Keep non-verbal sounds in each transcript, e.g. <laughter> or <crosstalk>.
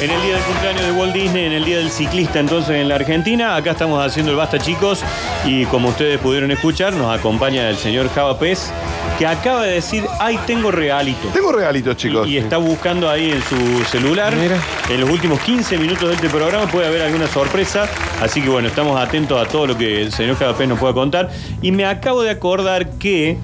En el día del cumpleaños de Walt Disney, en el día del ciclista entonces en la Argentina, acá estamos haciendo el Basta Chicos y como ustedes pudieron escuchar, nos acompaña el señor Java Pez, que acaba de decir, ay, tengo realito. Tengo regalitos, chicos. Y, y está buscando ahí en su celular. Mira. En los últimos 15 minutos de este programa puede haber alguna sorpresa. Así que bueno, estamos atentos a todo lo que el señor Javapés nos pueda contar. Y me acabo de acordar que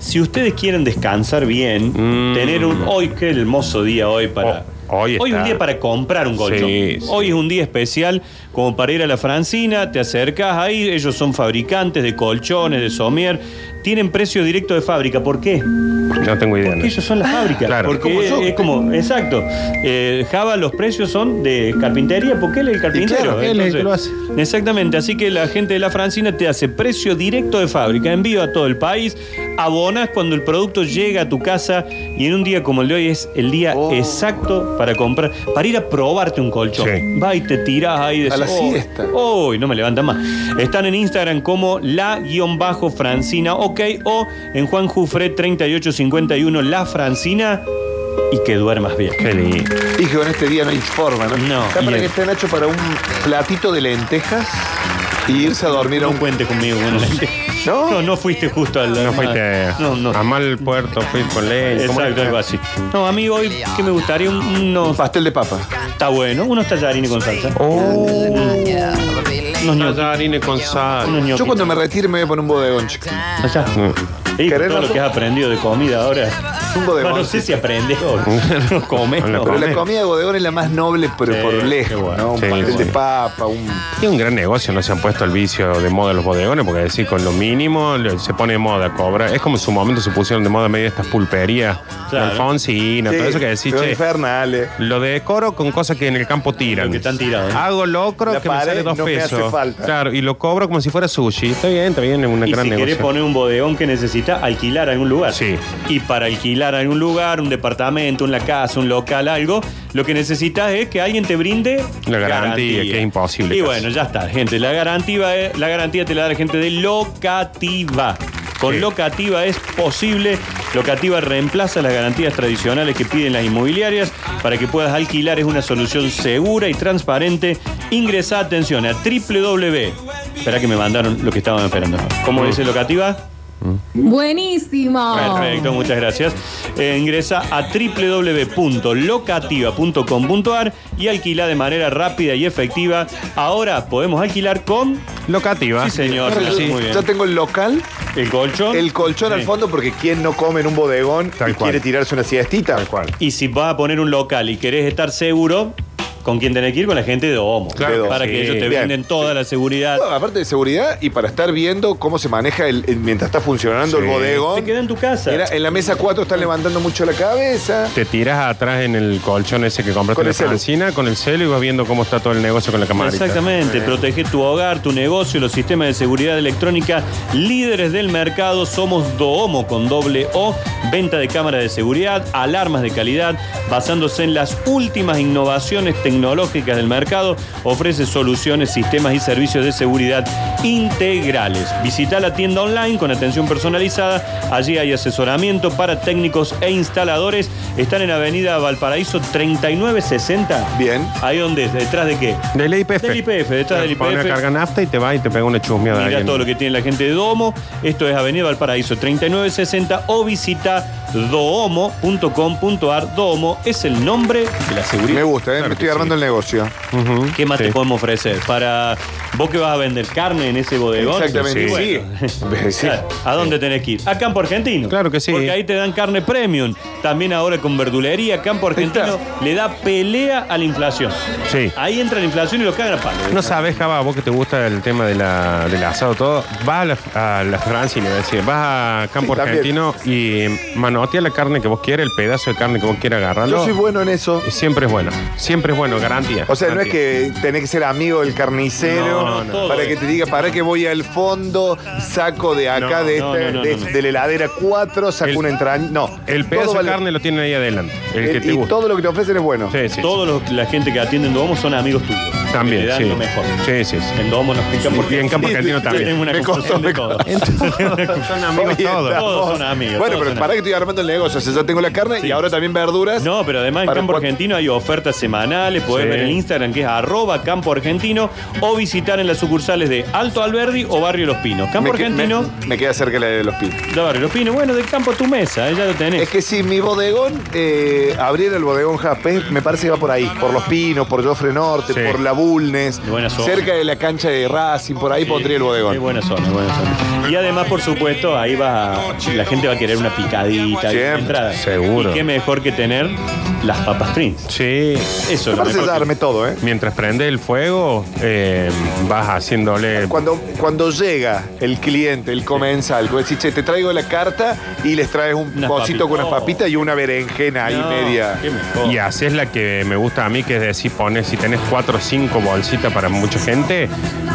si ustedes quieren descansar bien, Mm. tener un. Hoy, qué hermoso día hoy para. Oh, hoy es un está. día para comprar un colchón. Sí, sí. Hoy es un día especial como para ir a la Francina, te acercas ahí, ellos son fabricantes de colchones, de somier, tienen precio directo de fábrica. ¿Por qué? No tengo idea. ¿no? Porque ellos son las fábricas. Claro. Porque Como yo. es como, exacto. Eh, Java, los precios son de carpintería, porque él es el carpintero. claro, él es el que lo hace. Exactamente, así que la gente de la Francina te hace precio directo de fábrica, envío a todo el país, abonas cuando el producto llega a tu casa y en un día como el de hoy es el día Oh. exacto para comprar, para ir a probarte un colchón. Sí. Va y te tirás ahí de A la siesta. Uy, no me levantan más. Están en Instagram como la-francina, ok, o en Juan Jufre 3851, la Francina, y que duermas bien. Qué lindo. Dije, con este día no hay forma, ¿no? No, Está para y que el- esté Nacho para un platito de lentejas y irse a dormir a No un... cuente conmigo. bueno, gente. ¿No? no, no fuiste justo al. No fuiste Ah, No, no. a mal puerto, fuiste con ley. ¿Cómo Exacto, era? algo así. No, a mí hoy que me gustaría Un- unos. Pastel de papa. Está bueno, unos tallarines con salsa. Unos Oh. Unos ñoquis. tallarines con sal. Unos Yo ñoquis. cuando me retire me voy a poner un bodegón, chico. Ahí está. Y con todo ¿Querés lo razón? que has aprendido de comida ahora. Un bodegón. Bueno, no sé si aprendes <laughs> o no comes. No la ¿no? Pero la Come. comida de bodegón es la más noble, pero Sí, por qué lejos, bueno. ¿no? Un Sí, pastel de bueno. papa, un... Y un gran negocio, no se han puesto el vicio de moda los bodegones, porque decir, con lo mínimo le- se pone de moda, cobra. Es como en su momento se pusieron de moda medio estas pulperías, Claro. la Alfonsina, todo eso que decís, pero eh. che, infernales. lo decoro con cosas que en el campo tiran. Lo que están tirado, ¿eh? Hago locro La que me sale pared dos no me hace pesos. falta. Claro, y lo cobro como si fuera sushi. Está bien, está bien, es un Y gran si querés negocio. poner un bodegón que necesita alquilar algún lugar. Sí. Y para alquilar algún lugar, un departamento, una casa, un local, algo, lo que necesitas es que alguien te brinde La garantía, que es imposible Y casi. bueno, ya está, gente. La garantía, es- la garantía te la da la gente de Locativa. Con Sí. Locativa es posible. Locativa reemplaza las garantías tradicionales que piden las inmobiliarias para que puedas alquilar. Es una solución segura y transparente. Ingresa, atención, a www. Espera que me mandaron lo que estaban esperando. ¿Cómo Mm. dice Locativa? Buenísimo. Perfecto, muchas gracias. Eh, ingresa a www.locativa.com.ar y alquila de manera rápida y efectiva. Ahora podemos alquilar con. Locativa. Sí, señor. Sí. Ah, Muy bien. Ya tengo el local, El colchón. el colchón al Sí. fondo, porque ¿quién no come en un bodegón Tal y cual. quiere tirarse una siestita? Tal cual. Y si vas a poner un local y querés estar seguro, ¿con quién tenés que ir? Con la gente de OMO. Claro que para sí. que ellos te Bien. brinden toda la seguridad. Bueno, aparte de seguridad y para estar viendo cómo se maneja el, el- mientras está funcionando Sí. el Te bodegón. queda en tu casa. Mira, en la mesa 4 están levantando mucho la cabeza. Te tiras atrás en el colchón ese que compraste Con en la el celu. Francina con el celo y vas viendo cómo está todo el negocio con la camarita. Exactamente, protege tu hogar, tu negocio, los sistemas de seguridad electrónica, líderes del mercado, somos Doomo con doble O, venta de cámaras de seguridad, alarmas de calidad, basándose en las últimas innovaciones tecnológicas del mercado, ofrece soluciones, sistemas y servicios de seguridad integrales. Visita la tienda online con atención personalizada, allí hay asesoramiento para técnicos e instaladores, están en Avenida Valparaíso 3960. Bien. Ahí donde, detrás de qué? Del IPF. Del IPF, detrás del Pone una IPF. carga nafta y te va y te pega una chusmeada. ahí Mira en- todo lo que tiene la gente de Domo. Esto es Avenida Valparaíso 3960 o visita doomo.com.ar. Domo es el nombre de la Me seguridad. gusta, ¿eh? me estoy armando el negocio. Ujú, ¿Qué más sí. te podemos ofrecer? Para vos que vas a vender carne en ese bodegón. Exactamente, Y sí. Sí. Claro, <laughs> ¿A dónde tenés que ir? A Campo Argentino. Claro que sí. Porque ahí te dan carne premium. También ahora con verdulería, Campo Argentino le da pelea a la inflación. Sí. Ahí entra la inflación y lo cagan a palo. No sabes, Java, vos que te gusta el tema de la- del asado, todo, vas a la, a la Francia, le voy a decir, vas a Campo Sí, también. Argentino y manotea la carne que vos quieras, el pedazo de carne que vos quieras Yo agarrarlo. soy bueno en eso. y Siempre es bueno, siempre es bueno, garantía. O sea, no es garantía. que tenés que ser amigo del carnicero No, no, para todo que es. te diga, para que voy al fondo, saco de acá, No, de, no, este- no, no, de, no, no. de la heladera 4, saco El- una entraña. No. El todo pedazo vale- de carne lo tienen ahí adelante, el, que el- te y gusta. todo lo que te ofrecen es bueno. Sí, sí, sí. Todos los- la gente que atiende en Duomo son amigos tuyos. También, que te dan sí. lo mejor. Sí, sí, sí. En Domo nos pican porque Y en campo argentino tenemos también. una Me costó, confusión de me todo. Son amigos Bien, todos. estamos. Todos son amigos, Bueno, todos pero son para que estoy armando el negocio. O sea, ya tengo la carne y ahora también verduras. No, pero además en Para Campo cuat- Argentino hay ofertas semanales, podés Sí. ver en Instagram que es arroba Campo Argentino o visitar en las sucursales de Alto Alberdi o Barrio Los Pinos. Campo Me que- Argentino, Me, me queda cerca la de los pinos. de Barrio Los Pinos, bueno, de Campo a tu mesa, eh, ya lo tenés. Es que si mi bodegón eh, abriera el bodegón Japé, me parece que va por ahí, por Los Pinos, por Jofre Norte, Sí. por La Bulnes, Buena zona. cerca de la cancha de Racing, por ahí pondría Es el bodegón. buena zona, es buena zona. Y además, por supuesto, ahí va. La gente va a querer una picadita y una Siempre, entrada. seguro. Y qué mejor que tener las papas Prince. Sí. Eso Me es lo parece mejor. ya armé todo, ¿eh? Mientras prende el fuego, eh, vas haciéndole. Cuando, cuando llega el cliente, el comensal, vos decís, che, te traigo la carta y les traes un Unas pocito con unas papitas. papitas y una berenjena ahí No, media. qué mejor. Y haces la que me gusta a mí, que es decir, pones, si tenés cuatro o cinco bolsitas para mucha gente,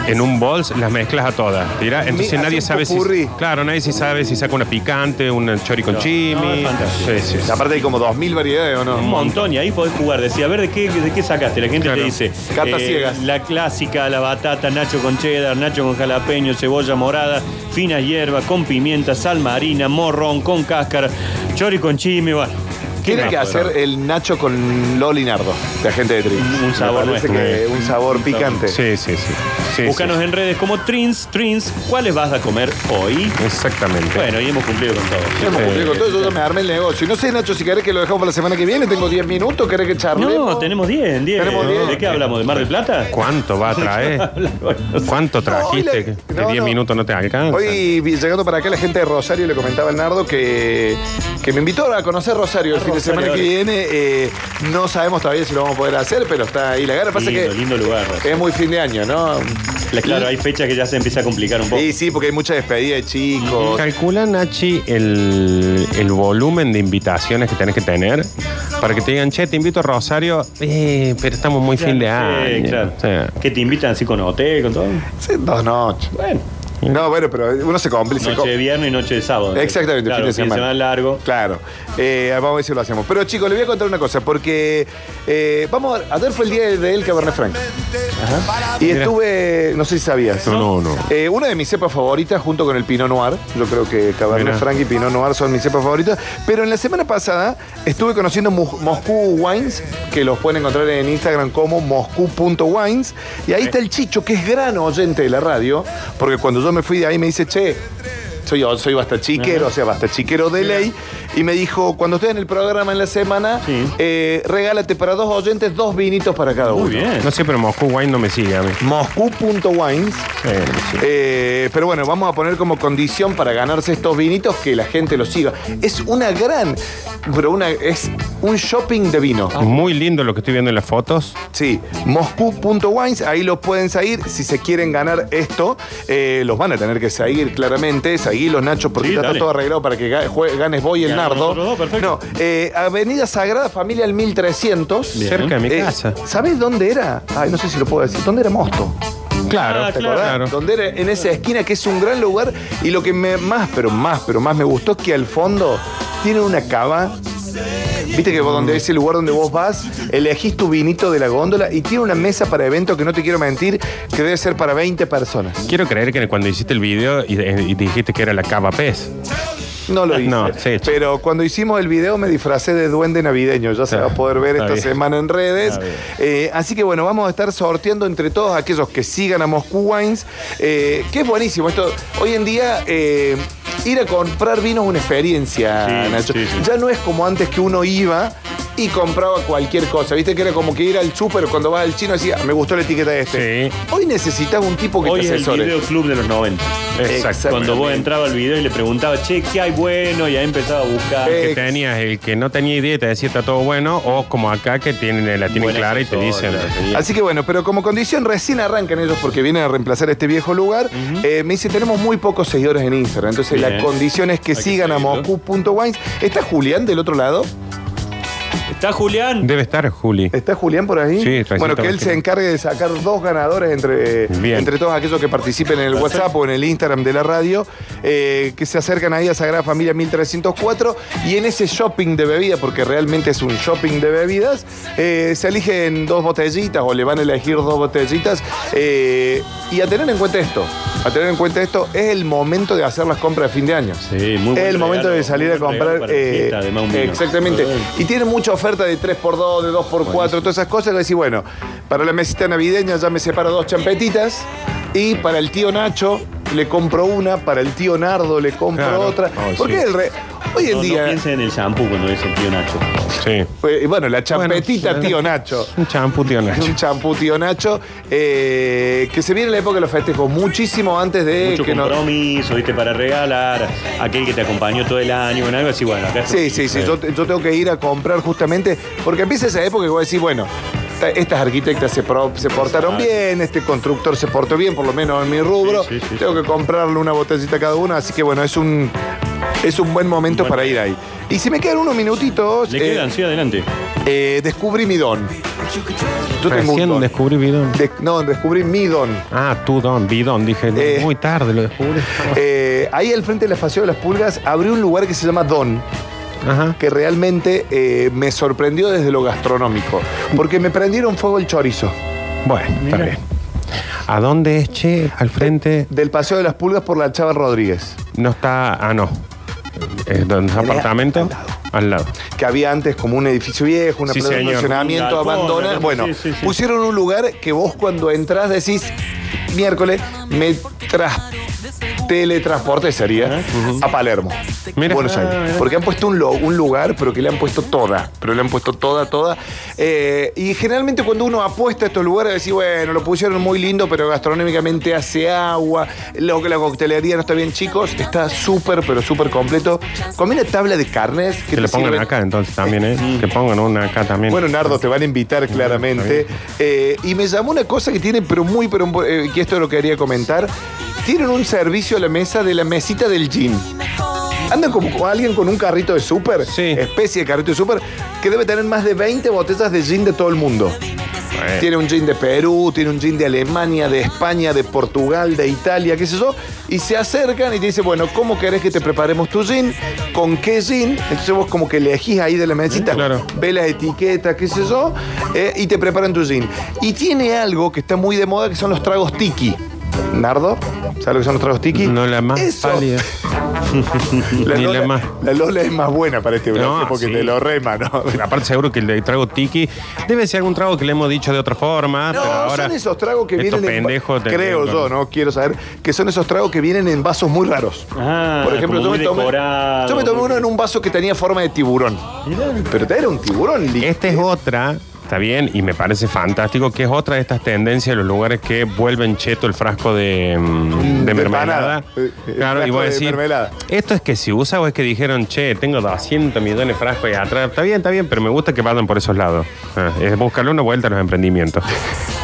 en un bols las mezclas a todas. Tira, Entonces hace nadie un sabe si. popurrí. Claro, nadie si sabe si saca una picante, una chori con No, chimi. no, es fantástico. Sí, sí, sí. Aparte hay como 2.000 variedades, ¿o Un no? montón, y ahí podés jugar. Decía, a ver, ¿de qué, de qué sacaste? La gente Claro. te dice. eh, Cartas ciegas. La clásica, la batata, nacho con cheddar, nacho con jalapeño, cebolla morada, finas hierbas, con pimienta, sal marina, morrón, con cáscara, chori con chime, bueno. ¿Qué más Tiene que podés hacer el nacho con Lolinardo, de Agente de Tri. Un sabor Me parece nuestro. que un sabor picante. Sí, sí, sí. Sí, Búscanos sí. en redes como Trins, Trins, ¿cuáles vas a comer hoy? Exactamente. Bueno, y hemos cumplido con todo. Hemos cumplido con todo, yo ya me armé el negocio. Y No sé, Nacho, si querés que lo dejamos para la semana que viene, tengo 10 minutos, querés que charlemos. No, tenemos 10, 10. Tenemos 10. ¿De qué hablamos? ¿De Mar del Plata? ¿Cuánto va <laughs> a traer? ¿Cuánto trajiste? hoy le- que no, 10 no. minutos no te alcanza. Hoy vi- llegando para acá la gente de Rosario le comentaba a Nardo que, que me invitó a conocer Rosario el fin de Rosario, semana que dale. viene. Eh, no sabemos todavía si lo vamos a poder hacer, pero está ahí la gana. Pasa Lindo, que lindo lugar. Rosa. es muy fin de año, ¿no? Claro, hay fechas que ya se empieza a complicar un poco. Sí, sí, porque hay mucha despedida de chicos. Calcula, Nachi, el, el volumen de invitaciones que tenés que tener para que te digan, che, te invito a Rosario, eh, pero estamos muy fin de año. Sí, claro. O sea, Que te invitan así con hotel, con todo. Sí, Dos noches. Bueno, No, bueno, pero uno se complica. noche de viernes y noche de sábado. Exactamente, Claro, fin de semana. largo. Claro. Eh, vamos a ver si lo hacemos. Pero chicos, les voy a contar una cosa, porque eh, vamos a, ayer fue el día del Cabernet Franc. Y Mira. estuve, no sé si sabías. No, no, no. Eh, una de mis cepas favoritas, junto con el Pinot Noir. Yo creo que Cabernet Mira. Franc y Pinot Noir son mis cepas favoritas. Pero en la semana pasada estuve conociendo Mo- Moscú Wines, que los pueden encontrar en Instagram como moscú.wines. Y ahí está el Chicho, que es gran oyente de la radio, porque cuando yo me fui de ahí me dice, che, soy, oh, soy basta chiquero, o sea, basta chiquero de ley. Y me dijo, cuando estés en el programa en la semana, Sí. eh, regálate para dos oyentes dos vinitos para cada uno. Muy bien. no sé, pero Moscú Wine no me sigue a mí. Moscú.wines. Eh, sí. Eh, pero bueno, vamos a poner como condición para ganarse estos vinitos que la gente los siga. Es una gran, pero una, es un shopping de Ah, vino. Muy lindo lo que estoy viendo en las fotos. Sí, moscú.wines, ahí los pueden seguir. Si se quieren ganar esto, eh, los van a tener que seguir claramente. Seguilos, Nacho, porque Sí, ya está dale. todo arreglado para que ga- jue- ganes vos y el Ganamos Nardo. nosotros dos, perfecto. No, eh, Avenida Sagrada Familia al 1300. Bien. Cerca de mi Eh, casa. ¿Sabés dónde era? Ay, no sé si lo puedo decir. ¿Dónde era Mosto? Claro, Ah, ¿Te claro. acordás? Donde era en esa esquina que es un gran lugar y lo que me más, pero más, pero más me gustó es que al fondo tiene una cava. Viste que vos, donde es el lugar donde vos vas, elegís tu vinito de la góndola y tiene una mesa para evento que no te quiero mentir, que debe ser para 20 personas. Quiero creer que cuando hiciste el video y, eh, y dijiste que era la cava pez. No lo hice. <laughs> No, sí, che. pero cuando hicimos el video me disfracé de duende navideño. Ya se va a poder ver Ah, esta Está bien. semana en redes. Está bien. Eh, así que bueno, vamos a estar sorteando entre todos aquellos que sigan a Moscú Wines, eh, que es buenísimo. Esto, hoy en día, eh, ir a comprar vino es una experiencia, Sí, Nacho. sí, sí. Ya no es como antes que uno iba y compraba cualquier cosa. Viste que era como que ir al súper cuando vas al chino y decía, "Ah, me gustó la etiqueta de este. Sí. Hoy necesitas un tipo que Hoy te es el asesore. videoclub de los 90. Exacto. Cuando vos entrabas al video y le preguntabas, che, ¿qué hay bueno? Y ahí empezaba a buscar. Eh, Que tenías el que no tenía idea y te decía está todo bueno, o como acá que tienen, la tienen Buenas clara y te dicen. asesoras, bien. Así que bueno, pero como condición recién arrancan ellos porque vienen a reemplazar este viejo lugar. Eh, me dice, tenemos muy pocos seguidores en Instagram. Entonces Bien. la condición es que que sigan a seguirlo. moscú.wines. ¿Está Julián del otro lado? ¿Está Julián? Debe estar <laughs> Juli. ¿Está Julián por ahí? Sí, recién Bueno, que él se estaba aquí. encargue de sacar dos ganadores entre, Bien. entre todos aquellos que participen en el WhatsApp o en el Instagram de la radio, eh, que se acercan ahí a Sagrada Familia 1304 y en ese shopping de bebidas, porque realmente es un shopping de bebidas, eh, se eligen dos botellitas o le van a elegir dos botellitas. eh, y a tener en cuenta esto, a tener en cuenta esto, es el momento de hacer las compras de fin de año. Sí, muy buen Es el momento regalo, de salir a muy buen regalo comprar. para eh, fiesta, además, un vino. exactamente. Bien. Y tiene mucha oferta de 3x2, de 2x4, todas esas cosas. Le decís, bueno, para la mesita navideña ya me separo dos champetitas. Y para el tío Nacho le compro una. Para el tío Nardo le compro Claro. otra. Ay, Porque sí. el re- hoy en Oh, No, día. no piensen en el shampoo cuando dicen tío Nacho. Sí. pues, bueno, la champetita Bueno, tío Nacho. Un champú, tío Un Nacho. champú tío Nacho. eh, que se viene la época de los festejos. Muchísimo antes de Mucho que nos- compromiso, ¿viste? Para regalar a aquel que te acompañó todo el año, bueno, algo así, bueno, acá Sí, sí, sí. Yo, yo tengo que ir a comprar justamente. Porque empieza esa época que voy a decir, bueno, esta- estas arquitectas se, pro- se portaron Exacto. bien, este constructor se portó bien, por lo menos en mi rubro. Sí, sí, sí, tengo sí. que comprarle una botellita a cada una, así que bueno, es un. Es un buen momento Bueno. para ir ahí. Y si me quedan unos minutitos, Le eh, quedan, sí, adelante. eh, descubrí mi don. Yo tengo un Recién don. descubrí bidón. De- no, descubrí mi <laughs> don. Ah, tu don, bidón. Dije, no, Eh. muy tarde lo descubrí. Eh, ahí al frente de la Paseo de las Pulgas abrí un lugar que se llama Don. Ajá. que realmente eh, me sorprendió desde lo gastronómico. Porque me prendieron fuego el chorizo Bueno, está bien. ¿A dónde es, che? Al frente. del Paseo de las Pulgas por la Chava Rodríguez, No está. Ah, no. Eh, Es donde es apartamento. Al lado. que había antes como un edificio viejo, una Sí, plaza de señor. estacionamiento Un galpón, abandonada. ¿verdad? Bueno, Sí, sí, sí. pusieron un lugar que vos cuando entras decís, miércoles, me tras teletransporte sería a Palermo, Ah, Mira. Buenos Aires, porque han puesto un, lo- un lugar, pero que le han puesto toda, pero le han puesto toda, toda. Eh, y generalmente cuando uno apuesta a estos lugares decís, bueno, lo pusieron muy lindo, pero gastronómicamente hace agua, lo que la coctelería no está bien, chicos, está súper, pero súper completo. Comí una tabla de carnes que Que te le pongan sirven- acá, entonces también, ¿eh? Que pongan una acá también. Este bueno, Nardo, te van a invitar claramente. Eh, y me llamó una cosa que tienen, pero muy, pero eh, que esto es lo que quería comentar. Tienen un servicio a la mesa de la mesita del gin. Andan como con alguien con un carrito de súper, Sí. especie de carrito de súper, que debe tener más de 20 botellas de gin de todo el mundo. Bueno. Tiene un gin de Perú, tiene un gin de Alemania, de España, de Portugal, de Italia, qué sé yo. Y se acercan y te dicen, bueno, ¿cómo querés que te preparemos tu gin? ¿Con qué gin? Entonces vos como que elegís ahí de la mesita, Claro. ves las etiquetas, qué sé yo, eh, y te preparan tu gin. Y tiene algo que está muy de moda que son los tragos tiki. Nardo, ¿sabes lo que son los tragos tiki? No la más Eso. pálida. La Ni Lola, la más. la Lola es más buena para este bloque No, porque sí. te lo rema, ¿no? Aparte seguro que el de trago tiki debe ser algún trago que le hemos dicho de otra forma. No, Ah, pero ahora son esos tragos que estos vienen en- pendejos te- creo yo, no quiero saber que son esos tragos que vienen en vasos muy raros. Ah, Por ejemplo, yo como me, muy tomé, decorado. yo me tomé uno en un vaso que tenía forma de tiburón. Pero era un tiburón. li- Esta Este es otra, está bien, y me parece fantástico, que es otra de estas tendencias de los lugares que vuelven cheto el frasco de, mm, de de mermelada. empanada. Eh, eh, Claro, frasco y voy a de decir, mermelada. esto es que si usa o es que dijeron, che, tengo 200 millones de frascos y atrás. Está bien, está bien, pero me gusta que vayan por esos lados. Ah, es buscarle una vuelta a los emprendimientos.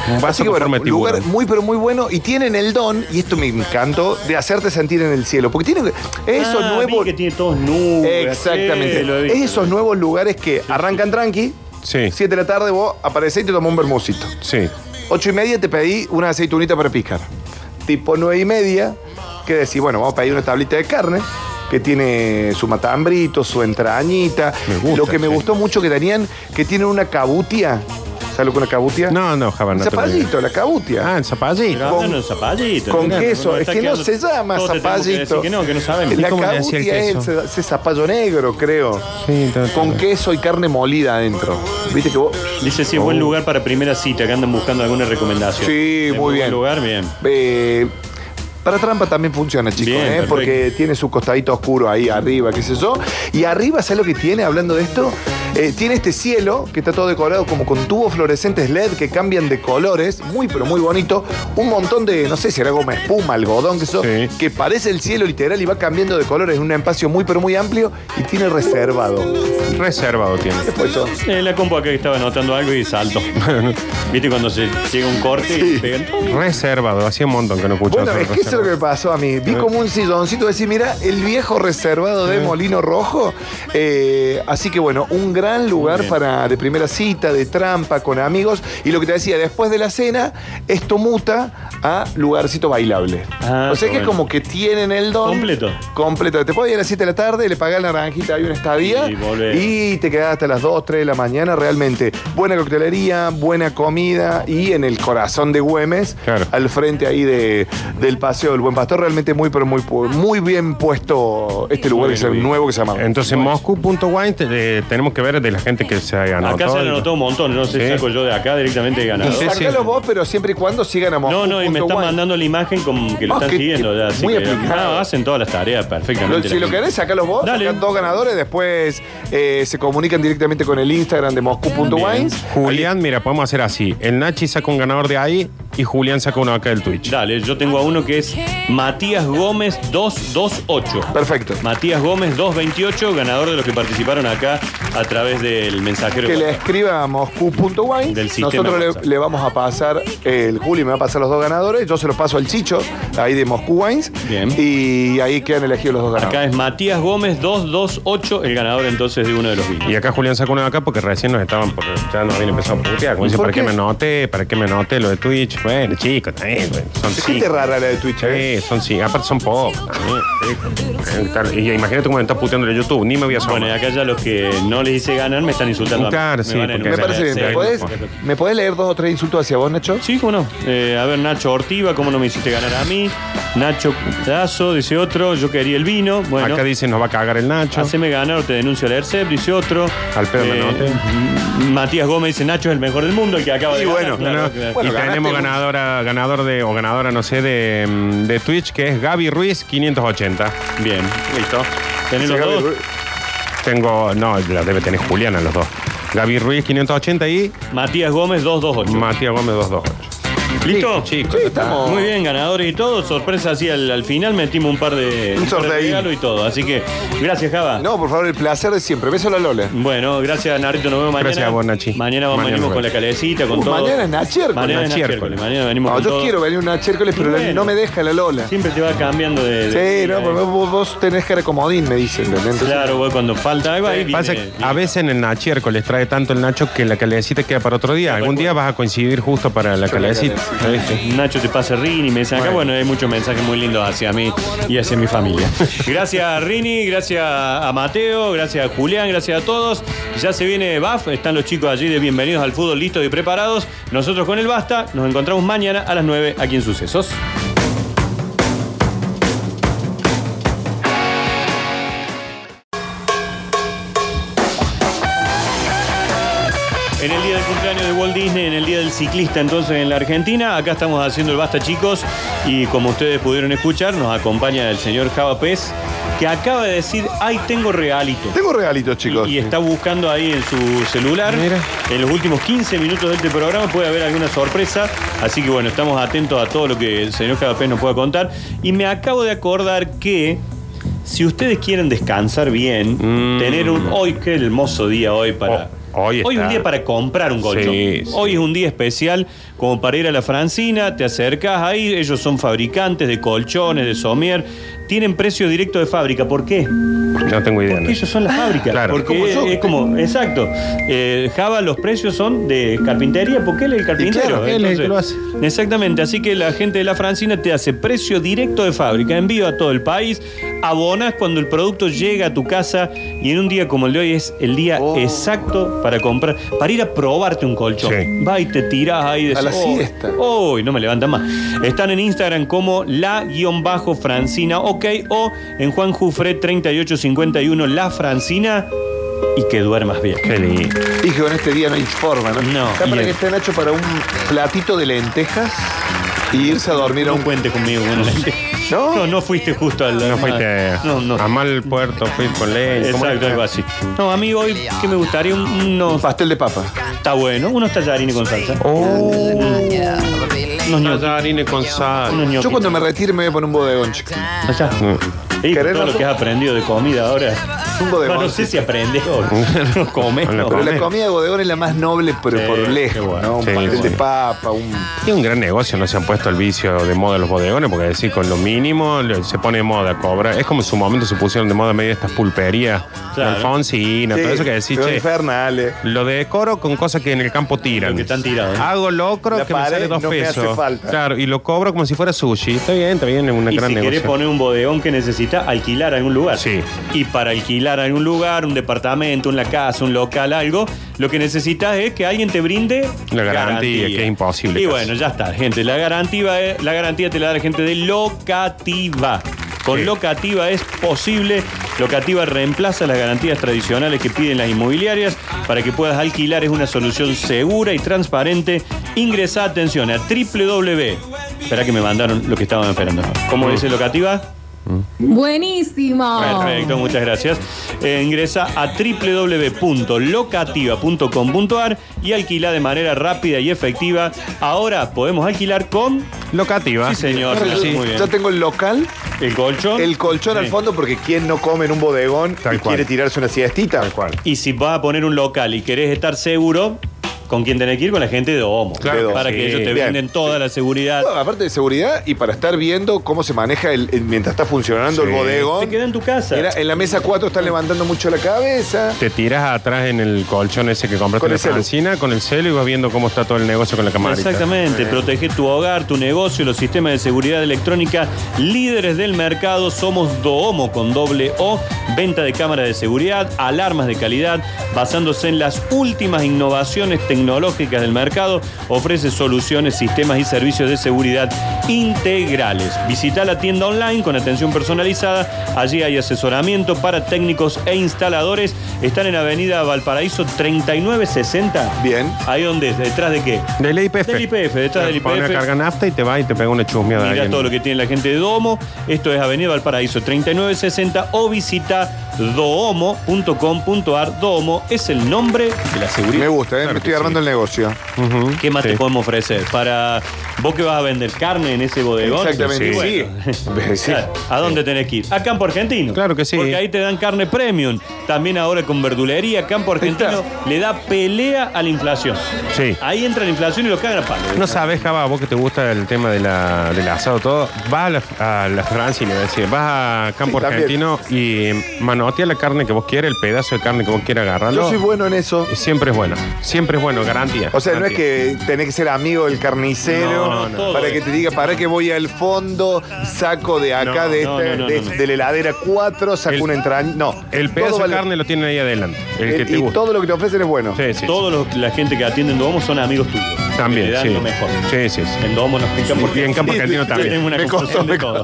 Un vaso Así que con bueno, forma un de tiburón. lugar muy pero muy bueno y tienen el don, y esto me encantó, de hacerte sentir en el cielo. Porque tienen esos Ah, vi nuevos. que tiene todos nubes. Exactamente. sí, lo he Es visto. esos nuevos lugares que arrancan tranqui. Sí. 7 de la tarde vos aparecés y te tomás un bermucito. Sí. 8 y media te pedí una aceitunita para picar. Tipo 9 y media, que decís, bueno, vamos a pedir una tablita de carne que tiene su matambrito, su entrañita. Me gusta, lo que me sí. gustó mucho que tenían, que tienen una cabutia. ¿Sabes lo que es una cabutia? No, no, Java, Un no te lo digo. zapallito, la cabutia. Ah, el zapallito. Pero con- háblanos de zapallito. con Mira, queso, nos es está que no quedando- se llama Todos te tenemos que decir zapallito. que no, que no sabemos. la cómo le hacía el cabutia es queso? ese- ese zapallo negro, creo. Sí, está- está con bien. queso y carne molida adentro. Viste que vos Dice, sí, buen lugar para primera cita, que andan buscando alguna recomendación. Uh. Sí, Es muy buen bien. lugar, bien. Eh, para trampa también funciona, chicos, Bien, ¿eh? perfecto. porque tiene su costadito oscuro ahí arriba, qué sé yo. Y arriba, ¿sabes lo que tiene hablando de esto? Eh, tiene este cielo que está todo decorado como con tubos fluorescentes LED que cambian de colores, muy pero muy bonito. Un montón de, no sé si era goma espuma, algodón, que eso, Sí. que parece el cielo literal y va cambiando de colores en un espacio muy pero muy amplio y tiene reservado. Reservado tiene. Después yo- Eh, la compu acá que estaba anotando algo y salto. <laughs> ¿Viste cuando se llega un corte y pegan? Reservado, hacía un montón que no escuchaba. Bueno, sobre es que eso es lo que me reservado. pasó a mí. Vi como un silloncito, decir, mira, el viejo reservado de Molino Rojo. Eh, así que bueno, un gran lugar bien. para de primera cita, de trampa, con amigos. Y lo que te decía, después de la cena, esto muta a lugarcito bailable. Ah, o sea que bueno. como que tienen el don. Completo. Completo. Te puedes ir a las 7 de la tarde, le pagás la naranjita, hay una estadía. Y volvés. y te quedás hasta las 2, 3 de la mañana. Realmente, buena coctelería, buena comida y en el corazón de Güemes, Claro. al frente ahí de, del Paseo del Buen Pastor. Realmente muy, pero muy, pu- muy bien puesto este lugar bien que es el ubicado. nuevo que se llama. Entonces, Moscú.wine te- eh, tenemos que ver de la gente que se ha ganado. Acá se han anotado un montón, no sé si Sí. saco yo de acá directamente de ganado. Sí, sí. Sácalo vos, pero siempre y cuando sigan a No, no, y me están Moscú.wine. mandando la imagen como que lo Ah, están qué- siguiendo. Ya, así muy que- aplicado. No, hacen todas las tareas Lo- perfectamente. si la lo gente. querés, sacalos vos, Dale. sacan dos ganadores, después eh, se comunican directamente con el Instagram de Moscú.wines. Julián, mira, podemos hacer así. El Nachi saca un ganador de ahí y Julián saca uno acá del Twitch. Dale, yo tengo a uno que es Matías Gómez 228. Perfecto. Matías Gómez 228, ganador de los que participaron acá a través del mensajero. Que le WhatsApp. escriba a Del moscú.wines. sistema Nosotros WhatsApp. le, le vamos a pasar, eh, el Juli me va a pasar los dos ganadores, yo se los paso al Chicho, ahí de Moscú Wines. Bien. Y ahí quedan elegidos los dos Acá ganadores. es Matías Gómez 228, el ganador entonces de uno de los Y vinos. acá Julián sacó uno de acá porque recién nos estaban, por, ya nos habían empezado a putear. Como dice, ¿Por ¿para qué? qué? me anoté? ¿Para qué me anoté lo de Twitch? Bueno, chicos, también, bueno, son Es gente cinco. rara la de Twitch, ¿eh? Sí, son cinco. Aparte son pocos. también, sí. Tal- Y imagínate cómo me está puteando en YouTube. Ni me voy a Bueno, y asomar. acá ya los que no les hice ganar me están insultando. a mí. Claro, sí, van a porque- Me enumerar. parece bien. Sí, ¿Me podés, bueno. ¿Me podés leer dos o tres insultos hacia vos, Nacho? Sí, cómo no. Eh, a ver, Nacho Ortiva, ¿cómo no me hiciste ganar a mí? Nacho Cutazo, dice otro, yo quería el vino. Bueno, Acá dice, nos va a cagar el Nacho. haceme ganar o te denuncio al ERCEP, dice otro. Eh, Al pedo me anoté. M- Matías Gómez dice, Nacho es el mejor del mundo, el que acaba de Y ganar. bueno, Claro, No, claro. Bueno, y ganaste tenemos vos. ganadora, ganador de, o ganadora, no sé, de, mm, de Twitch, que es Gaby Ruiz 580. Bien, listo. Tenés Sí, los Gaby, dos. Tengo, no, la debe tener Juliana los dos. Gaby Ruiz 580 y Matías Gómez 228. Matías Gómez 228. ¿Listo? Chicos, Sí, estamos. Muy bien, ganadores y todo. Sorpresa así al, al final metimos un par de, par Un de sorteín. regalo y todo. Así que, gracias, Java. No, por favor, el placer de siempre. Beso a la Lola. Bueno, gracias Narito, nos vemos mañana. Gracias a vos, Nachi. Mañana vamos Mañana venimos nos con la vemos. calecita, con Uh, todo. mañana es Nachiércoles. Mañana es Nachiércoles. Nachiércoles. Mañana venimos No, con yo todo. quiero venir una Chércoles, pero Bueno. no me deja la Lola. Siempre te va cambiando de. de- Sí, no, de- pero vos, vos tenés cara de comodín, me dicen. ¿entendés? Entonces, Claro, vos cuando falta algo ahí viene- Pasa que a veces en el Nacho les trae tanto el Nacho que la calecita queda para otro día. Algún día vas a coincidir justo para la calecita. Ah, ¿viste? Nacho te pasa Rini, mensaje. Acá, bueno, hay muchos mensajes muy lindos hacia mí y hacia mi <laughs> familia. Gracias Rini, gracias a Mateo, gracias a Julián, gracias a todos. Ya se viene BAF, están los chicos allí de bienvenidos al fútbol listos y preparados. Nosotros con el Basta, nos encontramos mañana a las 9 aquí en Sucesos. En el día del cumpleaños de Walt Disney, en el día del ciclista entonces en la Argentina, acá estamos haciendo el Basta Chicos y como ustedes pudieron escuchar, nos acompaña el señor Java Pez, que acaba de decir, ay, tengo realito. Tengo regalitos, chicos. Y, y está buscando ahí en su celular. Mira. En los últimos 15 minutos de este programa puede haber alguna sorpresa. Así que bueno, estamos atentos a todo lo que el señor Javapés nos pueda contar. Y me acabo de acordar que. Si ustedes quieren descansar bien, Mm. tener un. Hoy, qué hermoso día hoy para. Oh, hoy es un está. día para comprar un colchón. Sí, sí. Hoy es un día especial como para ir a la Francina, te acercas ahí, ellos son fabricantes de colchones, de somier, tienen precio directo de fábrica. ¿Por qué? No tengo idea. Porque ¿no? ellos son las fábricas. Ah, Claro. Porque Como es, yo. es como, exacto. Eh, Java, los precios son de carpintería, porque él es el carpintero. claro, él es el que lo Entonces, Exactamente, así que la gente de la Francina te hace precio directo de fábrica, envío a todo el país, abonas cuando el producto llega a tu casa y en un día como el de hoy es el día Oh. exacto para comprar, para ir a probarte un colchón. Sí. Va y te tirás ahí de A la siesta. Uy, no me levantan más. Están en Instagram como la-francina, ok, o en Juan Jufre 3851, la Francina, y que duermas bien. Qué lindo. Y que con este día no informa, ¿no? No. Está para Y que el- esté Nacho para un platito de lentejas y irse a dormir a No un cuentes conmigo. bueno, la- ¿No? no, no fuiste justo al. No fuiste No, no. a mal puerto, fuiste con ley. ¿cómo Exacto, era? algo así. No, a mí hoy que me gustaría un- unos. pastel de papa. Está bueno, unos tallarines con salsa. Oh. Unos ñoquis. Tallarines con sal. Unos ñoquis. Yo cuando me retire me voy a poner un bodegón, chico. Allá. No. Y con todo ¿Querés lo razón? que has aprendido de comida ahora. Zumbo de Bueno, no bolsa. sé si aprendes o no comes. No no. Pero Come. la comida de bodegón es la más noble, pero Sí, por qué lejos, bueno. ¿no? Un Sí, pastel sí. de papa, un. Y un gran negocio, no se han puesto el vicio de moda los bodegones, porque decir, con lo mínimo le- se pone de moda, cobra. Es como en su momento se pusieron de moda medio estas pulperías, Claro. Alfonsina, todo eso que decís, pero che, infernales. lo decoro con cosas que en el campo tiran. Lo que están tirado, ¿eh? Hago locro La que me sale pared dos no me pesos. hace falta. Claro, y lo cobro como si fuera sushi. Está bien, está bien, es un Y gran si querés negocio. poner un bodegón que necesita alquilar algún lugar. Sí. Y para alquilar algún lugar, un departamento, una casa, un local, algo, lo que necesitas es que alguien te brinde La garantía, que es imposible Y casi. bueno, ya está, gente. La garantía, es- la garantía te la da la gente de Locativa. Con Sí. Locativa es posible. Locativa reemplaza las garantías tradicionales que piden las inmobiliarias para que puedas alquilar. Es una solución segura y transparente. Ingresa, atención, a www. Espera que me mandaron lo que estaban esperando. ¿Cómo dice Locativa? Buenísimo. Perfecto, muchas gracias. Eh, ingresa a www.locativa.com.ar y alquila de manera rápida y efectiva. Ahora podemos alquilar con Locativa. Sí, señor. Yo- sí, muy bien. Yo tengo el local, el colchón. el colchón al Sí. fondo, porque quien no come en un bodegón Tal y cual. quiere tirarse una siestita. Tal cual. Y si vas a poner un local y querés estar seguro, ¿con quién tenés que ir? Con la gente de Omo. Claro, para que sí. ellos te Bien. brinden toda la seguridad. aparte de seguridad y para estar viendo cómo se maneja el, el- mientras está funcionando Sí. el bodegón. Te queda en tu casa. Mira, en la mesa 4 están levantando mucho la cabeza. Te tiras atrás en el colchón ese que compraste Con en la el celu. Francina, con el celo y vas viendo cómo está todo el negocio con la camarita. Exactamente, protege tu hogar, tu negocio, los sistemas de seguridad electrónica, líderes del mercado, somos Doomo con doble O, venta de cámaras de seguridad, alarmas de calidad, basándose en las últimas innovaciones tecnológicas del mercado, ofrece soluciones, sistemas y servicios de seguridad integrales. Visita la tienda online con atención personalizada, allí hay asesoramiento para técnicos e instaladores, están en Avenida Valparaíso 3960. Bien. ¿Ahí dónde es? ¿Detrás de qué? Del IPF. Del IPF, detrás del Pone una IPF. carga nafta y te va y te pega una chusmeada. Mira todo lo que tiene la gente de Domo. Esto es Avenida Valparaíso 3960 o visita doomo.com.ar. Domo es el nombre de la Me seguridad. gusta, ¿eh? me Claro que estoy armando el negocio. ¿Qué más te podemos ofrecer? Para vos que vas a vender carne en ese bodegón. Sí. Exactamente. Sí. <laughs> Sí. Claro, ¿A dónde tenés que ir? A Campo Argentino. Claro que sí. Porque ahí te dan carne premium. También ahora con verdulería, Campo Argentino le da pelea a la inflación. Sí. Ahí entra la inflación y lo cagan a palo. No sabes, Java, vos que te gusta el tema de la- del asado, todo. Vas a la, a la Francia, le voy a decir, vas a Campo Sí, también. Argentino y manotea la carne que vos quieras, el pedazo de carne que vos quieras agarrarlo. Yo soy bueno en eso. Y Siempre es bueno. Siempre es bueno, garantía. O sea, no es Garantía. que tenés que ser amigo del carnicero No, no, no. para que te diga, para que voy al fondo, saco de acá, No, de, no, este- no, no, de- no, no. de la heladera 4, saco El- una entraña. No. El todo pedazo vale- de carne lo tienen ahí adelante. El que el- te y gusta. todo lo que te ofrecen es bueno. Sí, sí, sí. Todos los- la gente que atiende en Domo son amigos tuyos. También, Que Te dan sí. lo mejor. Sí, sí, sí. En Domo nos explican por Y qué. en Campo Sí, Argentino sí, Yo tengo también. una Me confusión costó, de me todo.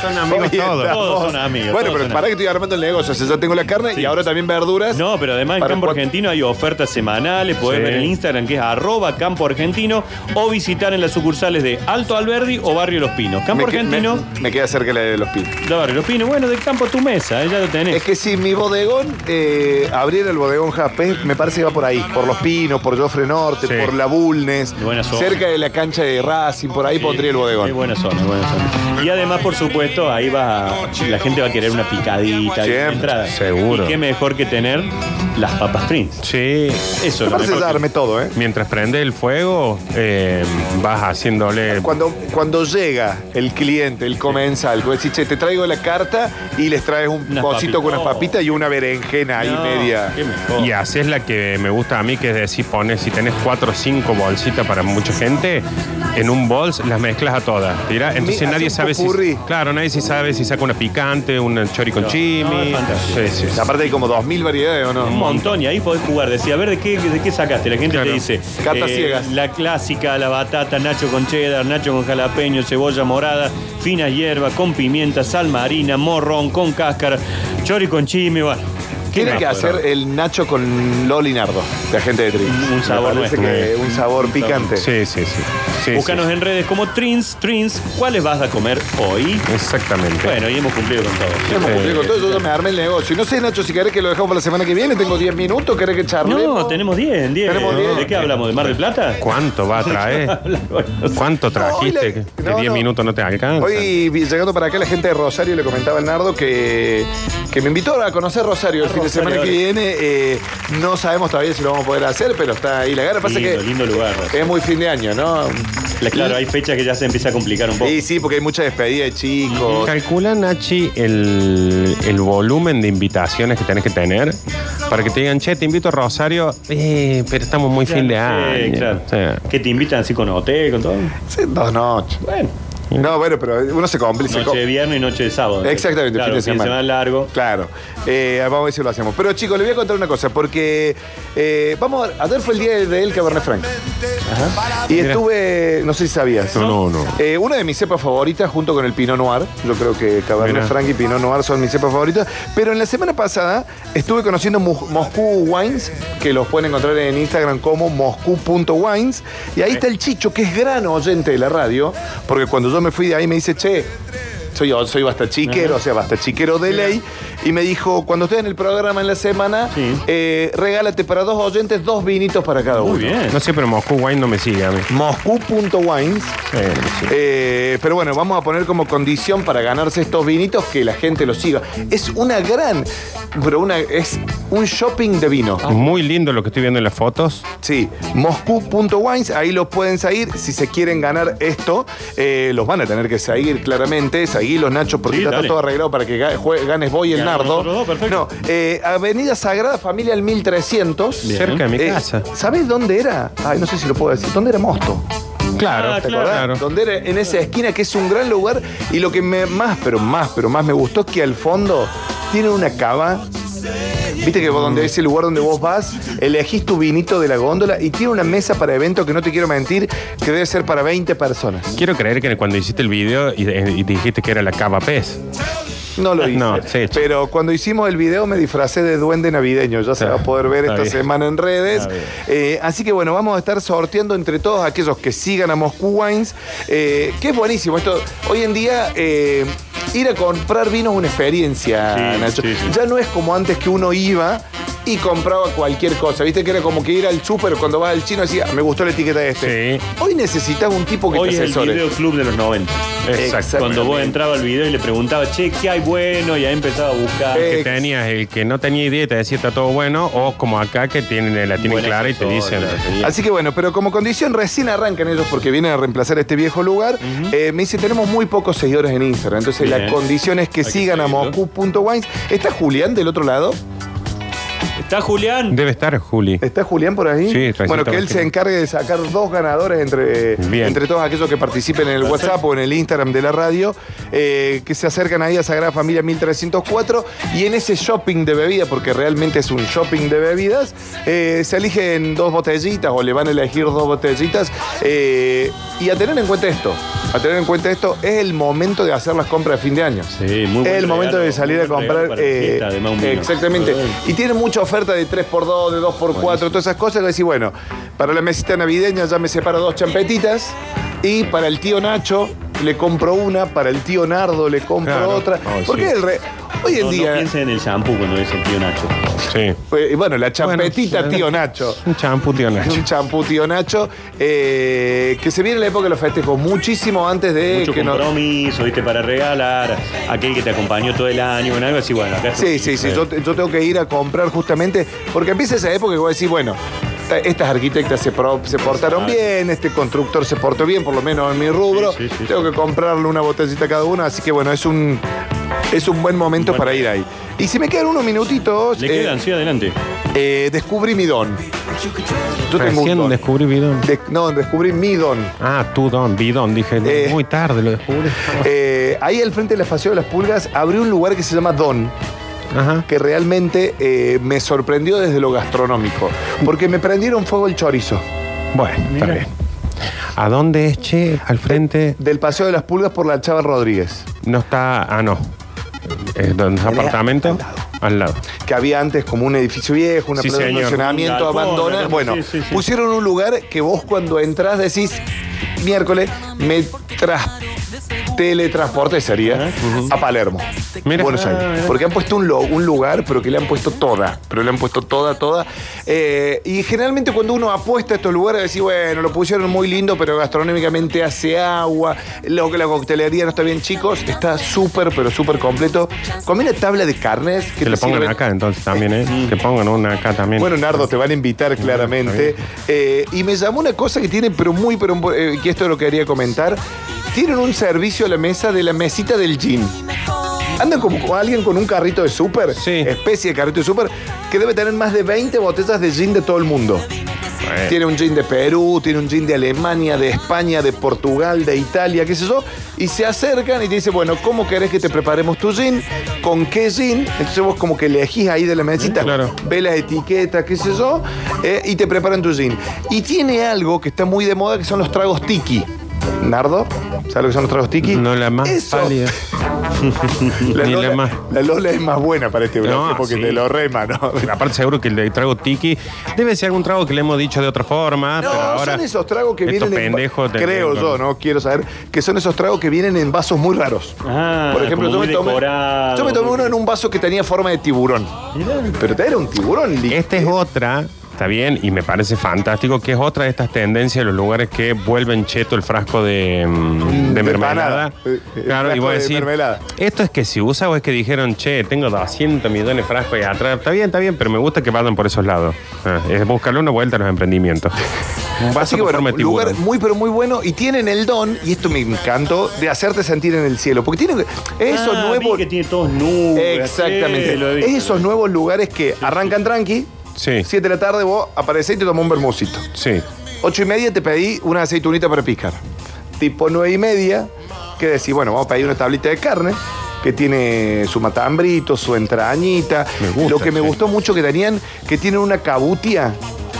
Son amigos Hoy todos. estamos- Todos son amigos, Bueno, todos pero son para que estoy armando el negocio. O sea, ya tengo la carne y ahora también verduras. No, pero además en Para Campo cuat- Argentino hay ofertas semanales, podés Sí. ver en Instagram que es arroba Campo Argentino o visitar en las sucursales de Alto Alberdi o Barrio Los Pinos. Campo Me que- Argentino, Me, me queda cerca la de los pinos. de Barrio Los Pinos, bueno, de Campo a tu mesa, eh, ya lo tenés. Es que si mi bodegón eh, abriera el bodegón Japé, me parece que va por ahí, por Los Pinos, por Joffre Norte, Sí. por La Bulnes, Buena zona. cerca de la cancha de Racing, por ahí pondría el bodegón. Es buena zona, es buena zona. Y además, por supuesto, ahí va la gente va a querer una picadita, y una Siempre, entrada. seguro. Y qué mejor que tener las papas Prince. Sí. Eso Me es lo parece mejor. darme todo, ¿eh? Mientras prende el fuego, eh, vas haciéndole. Cuando, cuando llega el cliente, el comensal, vos decís, che, te traigo la carta y les traes un Unas pocito con unas papitas. papitas y una berenjena ahí No, media. qué mejor. Y así es la que me gusta a mí, que es decir, pones, si tenés cuatro o cinco bolsitas para mucha gente, en un bols las mezclas a todas. ¿tira? Entonces hace nadie un sabe si. popurrí. Claro, nadie si sabe si saca una picante, una chori con no, es chimi. fantástico. Sí, sí, sí. Aparte hay como 2.000 variedades, ¿o Un no? montón, y ahí podés jugar. Decía, a ver, ¿de qué, de qué sacaste? La gente Claro. te dice. eh, Cata ciegas. La clásica, la batata, nacho con cheddar, nacho con jalapeño, cebolla morada, finas hierbas, con pimienta, sal marina, morrón, con cáscara, chori con chimi, bueno. Tiene más que podrá? hacer el nacho con Loli Nardo, de Agente de Trix. Un Me sabor parece nuestro. eh. que Un sabor picante. Sí, sí, sí. sí Búscanos en redes como Trins, Trins, ¿cuáles vas a comer hoy? sí. Exactamente. Bueno, y hemos cumplido con todo. Hemos cumplido con todo, yo ya me armé el negocio. Y No sé, Nacho, si querés que lo dejamos para la semana que viene, tengo 10 minutos, querés que charlemos. No, tenemos 10, 10. Tenemos diez. ¿De qué hablamos? ¿De Mar del Plata? ¿Cuánto va <laughs> a traer? ¿Cuánto trajiste? hoy le- que no, 10 no. minutos no te alcanza. Hoy, vi- llegando para acá, la gente de Rosario le comentaba al Nardo que, que me invitó a conocer Rosario el fin de Rosario, semana que dale. viene. eh, no sabemos todavía si lo vamos a poder hacer, pero está ahí la gana. Pasa Lindo, que lindo lugar. Rosa. es muy fin de año, ¿no? La- Claro, hay fechas que ya se empieza a complicar un poco. Sí, sí, porque hay mucha despedida de chicos. Calcula, Nachi, el, el volumen de invitaciones que tenés que tener para que te digan, che, te invito a Rosario, eh, pero estamos muy Claro, fin de sí, año. claro. O sea, Que te invitan así con hotel, con todo. Sí, Dos noches. Bueno, No, bueno, pero uno se complica. noche de viernes y noche de sábado. Exactamente, Claro, fin de semana. largo. Claro. Eh, vamos a ver si lo hacemos. Pero chicos, les voy a contar una cosa, porque eh, vamos a ayer fue el día del Cabernet Franc. Y Mira. estuve, no sé si sabías. No, no, no. Eh, una de mis cepas favoritas junto con el Pinot Noir. Yo creo que Cabernet Mira. Franc y Pinot Noir son mis cepas favoritas. Pero en la semana pasada estuve conociendo Mo- Moscú Wines, que los pueden encontrar en Instagram como moscú.wines. Y ahí está el Chicho, que es gran oyente de la radio, porque cuando yo me fui de ahí me dice, che, soy, yo, soy basta chiquero, o sea, basta chiquero de ley. Y me dijo, cuando estés en el programa en la semana, Sí. eh, regálate para dos oyentes dos vinitos para cada uno. Muy bien. no sé, pero Moscú Wine no me sigue a mí. Moscú.wines. Eh, sí. Eh, pero bueno, vamos a poner como condición para ganarse estos vinitos que la gente los siga. Es una gran, pero una, es un shopping de vino. Muy lindo lo que estoy viendo en las fotos. Sí, moscú.wines, ahí los pueden seguir. Si se quieren ganar esto, eh, los van a tener que seguir claramente. Seguirlos, Nacho, porque Sí, ya está dale. todo arreglado para que ga- jue- ganes vos y el Ganamos Nardo. nosotros dos, perfecto. No, eh, Avenida Sagrada Familia al 1300. Bien. Cerca de mi Eh, casa. ¿Sabés dónde era? Ay, no sé si lo puedo decir. ¿Dónde era Mosto? Claro, Ah, ¿Te claro. acordás? Donde era en esa esquina que es un gran lugar y lo que me, más, pero más, pero más me gustó es que al fondo tiene una cava. Viste que vos, donde es el lugar donde vos vas, elegís tu vinito de la góndola y tiene una mesa para evento que no te quiero mentir, que debe ser para 20 personas. Quiero creer que cuando hiciste el video y, eh, y dijiste que era la cava pez. No lo hice. No, sí, che. pero cuando hicimos el video me disfracé de duende navideño. Ya se Está- va a poder ver está esta bien. semana en redes. Está bien. Eh, así que bueno, vamos a estar sorteando entre todos aquellos que sigan a Moscú Wines, eh, que es buenísimo. Esto, hoy en día eh, ir a comprar vino es una experiencia, Sí, Nacho. sí, sí. Ya no es como antes que uno iba. Y compraba cualquier cosa. Viste que era como que ir al súper cuando vas al chino y decía, "Ah, me gustó la etiqueta de este. Sí. Hoy necesitas un tipo que Hoy te es el asesore. videoclub de los 90. Exacto. Cuando vos entrabas al video y le preguntabas, che, ¿qué hay bueno? Y ahí empezaba a buscar. Eh, Que tenías el que no tenía idea y te decía está todo bueno, o como acá que tienen, la tienen Buena clara y te asesora, dicen. tenía- Así que bueno, pero como condición recién arrancan ellos porque vienen a reemplazar este viejo lugar. Eh, me dice, tenemos muy pocos seguidores en Instagram. Entonces Bien. la condición es que Hay que sigan a seguirlo. moscú.wines. ¿Está Julián del otro lado? ¿Está Julián? Debe estar, <laughs> Juli. ¿Está Julián por ahí? Sí, recién Bueno, que él estaba se encargue de sacar dos ganadores entre, Bien. entre todos aquellos que participen en el WhatsApp o en el Instagram de la radio, eh, que se acercan ahí a Sagrada Familia 1304 y en ese shopping de bebidas, porque realmente es un shopping de bebidas, eh, se eligen dos botellitas o le van a elegir dos botellitas. eh, y a tener en cuenta esto, a tener en cuenta esto, es el momento de hacer las compras de fin de año. Sí, muy buen Es el momento regalo, de salir muy a buen regalo comprar. para la eh, fiesta, además, un vino. exactamente. Ay. Y tiene mucha oferta de 3x2, de 2x4, todas esas cosas. Que decís, bueno, para la mesita navideña ya me separo dos champetitas. Y para el tío Nacho le compro una, para el tío Nardo le compro Claro. otra. Oh, Porque sí. el re- hoy en No, no día. piensen en el shampoo cuando es el tío Nacho. Sí. eh, bueno, la champetita Bueno, tío Nacho. Un champú, tío Nacho. Un champú tío Nacho. eh, que se viene la época de los festejos, muchísimo antes de Mucho que no- compromiso, ¿viste? Para regalar a aquel que te acompañó todo el año, en algo así, bueno. Acá eh, Sí, sí, sí. Yo, yo tengo que ir a comprar justamente. Porque empieza esa época que voy a decir, bueno, esta- estas arquitectas se, pro- se portaron bien, este constructor se portó bien, por lo menos en mi rubro. Sí, sí, sí, tengo sí. que comprarle una botellita a cada una, así que bueno, es un. Es un buen momento Bueno. para ir ahí. Y si me quedan unos minutitos, Le eh, quedan, sí, adelante. eh, descubrí mi don. Yo tengo un Recién don. descubrí bidón. De- no, descubrí mi don. Ah, tú don, bidón. Dije, no, Eh. muy tarde lo descubrí. Eh, ahí al frente de la Paseo de las Pulgas abrí un lugar que se llama Don. Ajá. que realmente eh, me sorprendió desde lo gastronómico. Porque me prendieron fuego el chorizo. Bueno, está bien. ¿A dónde es, che? Al frente. Del Paseo de las Pulgas por la Chava Rodríguez. No está. Ah, no. Eh, ¿Dónde es apartamento? al lado. que había antes como un edificio viejo, una Sí, plaza de señor. estacionamiento Un galpón, abandonada. algo, Bueno, sí, sí, sí. pusieron un lugar que vos cuando entras decís, miércoles, me tras- teletransporte sería a Palermo, Mira. Buenos Aires. Porque han puesto un, lo- un lugar, pero que le han puesto toda, pero le han puesto toda, toda. Eh, y generalmente cuando uno apuesta a estos lugares, decís, bueno, lo pusieron muy lindo, pero gastronómicamente hace agua, lo que la coctelería no está bien, chicos, está súper, pero súper completo. Comí una tabla de carnes que Que le te pongan sirven- acá entonces también, ¿eh? Que pongan una acá también. bueno, Nardo, te van a invitar claramente. Eh, y me llamó una cosa que tienen, pero muy, pero eh, que esto lo quería comentar. Tienen un servicio a la mesa de la mesita del gin. Andan como con alguien con un carrito de súper, Sí. especie de carrito de súper, que debe tener más de 20 botellas de gin de todo el mundo. Bueno. Tiene un gin de Perú, tiene un gin de Alemania, de España, de Portugal, de Italia, qué sé yo. Y se acercan y te dicen, bueno, ¿cómo querés que te preparemos tu gin? ¿Con qué gin? Entonces vos como que elegís ahí de la mesita, Claro. ves las etiquetas, qué sé yo, eh, y te preparan tu gin. Y tiene algo que está muy de moda que son los tragos tiki. Nardo, ¿sabes lo que son los tragos tiki? No la más Eso. <laughs> pálida. La Ni Lola, la más. la Lola es más buena para este bloque No, porque sí. te lo rema, ¿no? Aparte seguro que el de trago tiki debe ser algún trago que le hemos dicho de otra forma, No, Ah, pero ahora son esos tragos que estos vienen en- pendejos te- creo yo, no quiero saber que son esos tragos que vienen en vasos muy raros. Ah, Por ejemplo, como yo me, muy tomé, decorado, yo me tomé muy- uno en un vaso que tenía forma de tiburón. Pero era un tiburón. li- Este Esta es otra, está bien, y me parece fantástico, que es otra de estas tendencias de los lugares que vuelven cheto el frasco de, mm, de de mermelada. empanada. Eh, el Claro, y frasco voy a de decir, mermelada. esto es que si usa o es que dijeron, che, tengo 200 millones de frascos ahí atrás. Está bien, está bien, pero me gusta que vayan por esos lados. Ah, es buscarle una vuelta a <laughs> los emprendimientos. Un Así vaso que con bueno, forma de lugar tiburón. muy pero muy bueno y tienen el don, y esto me encantó, de hacerte sentir en el cielo. Porque tienen esos Ah, nuevos. vi que tiene todos nubes. Exactamente. sí, lo he visto. esos nuevos lugares que arrancan tranqui, Sí, 7 de la tarde vos aparecés y te tomás un bermucito. sí. 8 y media te pedí una aceitunita para picar. Tipo 9 y media, que decís, bueno, vamos a pedir una tablita de carne que tiene su matambrito, su entrañita. Me gusta, lo que me sí. gustó mucho que tenían, que tienen una cabutia.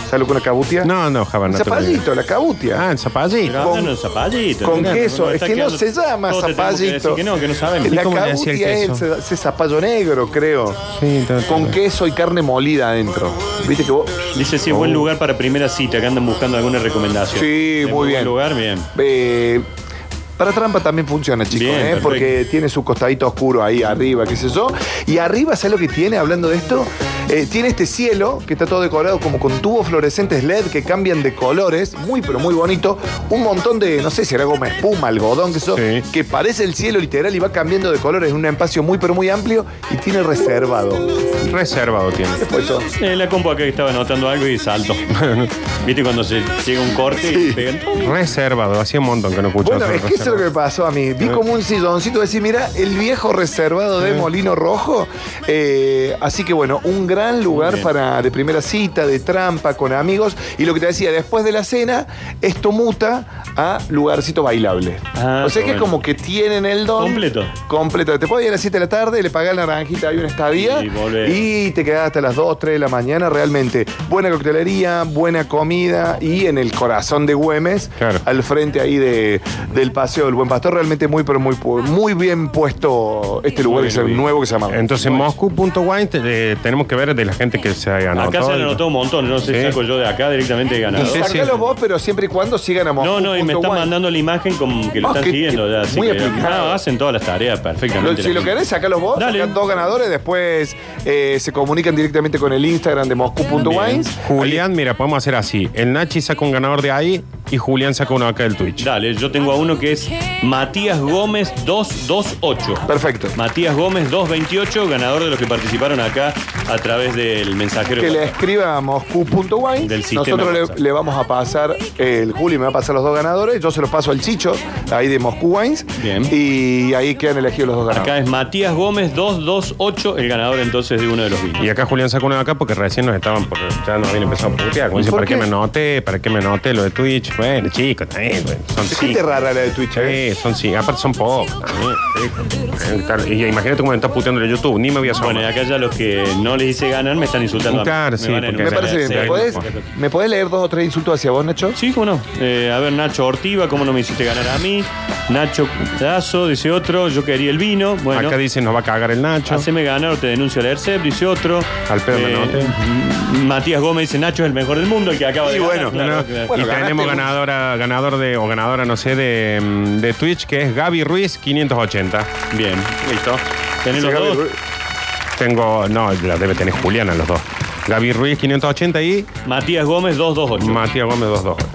¿Sabes lo que es una cabutia? No, no, Jabán. Un no te lo digo. zapallito, la cabutia. Ah, el zapallito. Pero con- andan en zapallito, con mirá, queso, no, es está que no quedando- se llama todos te tenemos que decir zapallito. Que no, que no sabemos. La cómo le hacía el cabutia es queso? el- ese zapallo negro, creo. Sí, todo- Con queso y carne molida adentro. Viste que vos Dice si es buen lugar para primera cita, que andan buscando alguna recomendación. Oh. Sí, Es muy bien. Buen lugar, bien. Eh, para trampa también funciona, chicos, Bien, ¿eh? perfecto. porque tiene su costadito oscuro ahí arriba, qué sé yo. Y arriba, ¿sabes lo que tiene hablando de esto? Eh, tiene este cielo que está todo decorado como con tubos fluorescentes LED que cambian de colores, muy pero muy bonito. Un montón de, no sé si era como espuma, algodón, que eso, Sí. que parece el cielo literal y va cambiando de colores en un espacio muy pero muy amplio y tiene reservado. Reservado tiene. ¿Qué fue eso? Eh, la compu acá que estaba anotando algo y salto. <laughs> ¿Viste cuando se llega un corte y pegan? Reservado, hacía un montón que no escuchaba. Bueno, es que eso es lo que me pasó a mí. Vi como un silloncito, decir, mira, el viejo reservado de Molino Rojo. Eh, así que bueno, un gran lugar para de primera cita, de trampa, con amigos. Y lo que te decía, después de la cena, esto muta a lugarcito bailable. Ah, o sea qué que es bueno. como que tienen el don. Completo. Completo. Te puedes ir a las 7 de la tarde, le pagás la naranjita, hay una estadía. Y volvés. y te quedás hasta las 2, 3 de la mañana. Realmente, buena coctelería, buena comida y en el corazón de Güemes Claro. al frente ahí de, del Paseo del Buen Pastor. Realmente muy, pero muy, pu- muy bien puesto este lugar Muy que es el bien. nuevo que se llama. Entonces, Moscú.wine te- eh, tenemos que ver de la gente que se ha ganado. Acá se han anotado un montón, no sé Sí. si saco yo de acá directamente de ganador. Sí, sí. Sácalo vos, pero siempre y cuando sigan a Moscú. No, no, y me punto están guay. mandando la imagen como que lo Ah, están que- siguiendo ya. Así muy que, aplicado. ah, hacen todas las tareas Lo- perfectamente. si la lo gente. querés, sácalo vos, Dale. sacan dos ganadores, después eh, se comunican directamente con el Instagram de Moscú.wines. Julián, mira, podemos hacer así. El Nachi saca un ganador de ahí y Julián saca uno acá del Twitch. Dale, yo tengo a uno que es Matías Gómez 228. Perfecto. Matías Gómez 228, ganador de los que participaron acá a través del mensajero. Que le WhatsApp. escriba a Del moscú.wine. sistema Nosotros WhatsApp. le, le vamos a pasar, eh, el Juli me va a pasar los dos ganadores, yo se los paso al Chicho, ahí de Moscú Wines. Bien. Y ahí quedan elegidos los dos ganadores. Acá es Matías Gómez 228, el ganador entonces de uno de los Y vinos. acá Julián saca uno de acá porque recién nos estaban, porque ya nos habían empezado a putear. Como dice, ¿Por ¿para qué qué? me anoté? ¿Para qué me anoté lo de Twitch? Bueno, chicos, también, güey. Son Es gente cinco. rara la de Twitch, ¿eh? Sí, son sí. Aparte son pocos. también, sí. Eh, tal. Y imagínate cómo me está puteando en YouTube. Ni me voy a Bueno, y sonar. acá ya los que no les hice se ganan, me están insultando. a mí. Claro, sí, van a porque- Me denunciar. parece bien. Sí, ¿Me hay podés, grupo. ¿Me podés leer dos o tres insultos hacia vos, Nacho? Sí, cómo no. Eh, a ver, Nacho Ortiva, ¿cómo no me hiciste ganar a mí? Nacho Cutazo, dice otro. Yo quería el vino. Bueno, Acá dicen nos va a cagar el Nacho. haceme ganar o te denuncio al ERCEP, dice otro. Eh, Al pedo me noté. M- Matías Gómez dice Nacho es el mejor del mundo, el que acaba Y de ganar. bueno, No, Claro, no. claro. Bueno, y ganaste tenemos un- ganadora, ganador de, o ganadora, no sé, de, mm, de Twitch, que es Gaby Ruiz 580. Bien, listo. Tenés los Dice dos. Gaby Ruiz. Tengo, no, la debe tener Juliana los dos. Gaby Ruiz 580 y Matías Gómez 228. Matías Gómez 228.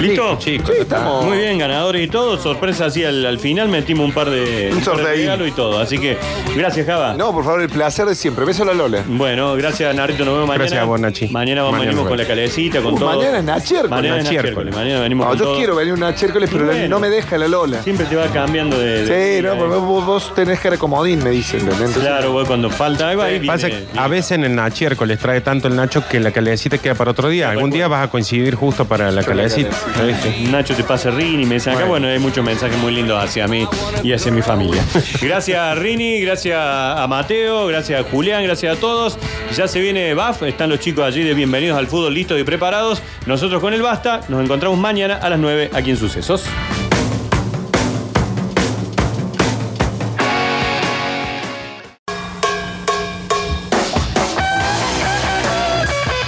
¿Listo? Chicos, Sí, estamos. Muy bien, ganadores y todo. Sorpresa así al, al final. Metimos un par de, Un un par de sorteín. regalo y todo. Así que, gracias, Java. No, por favor, el placer de siempre. Beso a la Lola. Bueno, gracias Narito, nos vemos mañana. Gracias a vos, Nachi. Mañana vamos Mañana venimos con la nos calecita, con Uh, todo. mañana es Nachiércoles. Mañana es Nachiércoles. Nachiércoles, Mañana venimos No, con yo todo. quiero venir una Chércoles, pero Bueno. no me deja la Lola. Sí, Siempre te va cambiando de. de- no, pero vos, vos tenés cara de comodín, me dicen. ¿entendés? Entonces, Claro, vos cuando falta algo ahí. Pasa viene- que a veces en el Nachiércoles trae tanto el Nacho que la calecita queda para otro día. Algún día vas a coincidir justo para la calecita. Ah, ¿viste? Nacho te pasa Rini, me dicen acá. Bueno, hay muchos mensajes muy lindos hacia mí y hacia mi <laughs> familia. Gracias a Rini, gracias a Mateo, gracias a Julián, gracias a todos. Ya se viene BAF, están los chicos allí de Bienvenidos al Fútbol listos y preparados. Nosotros con el Basta, nos encontramos mañana a las 9 aquí en Sucesos.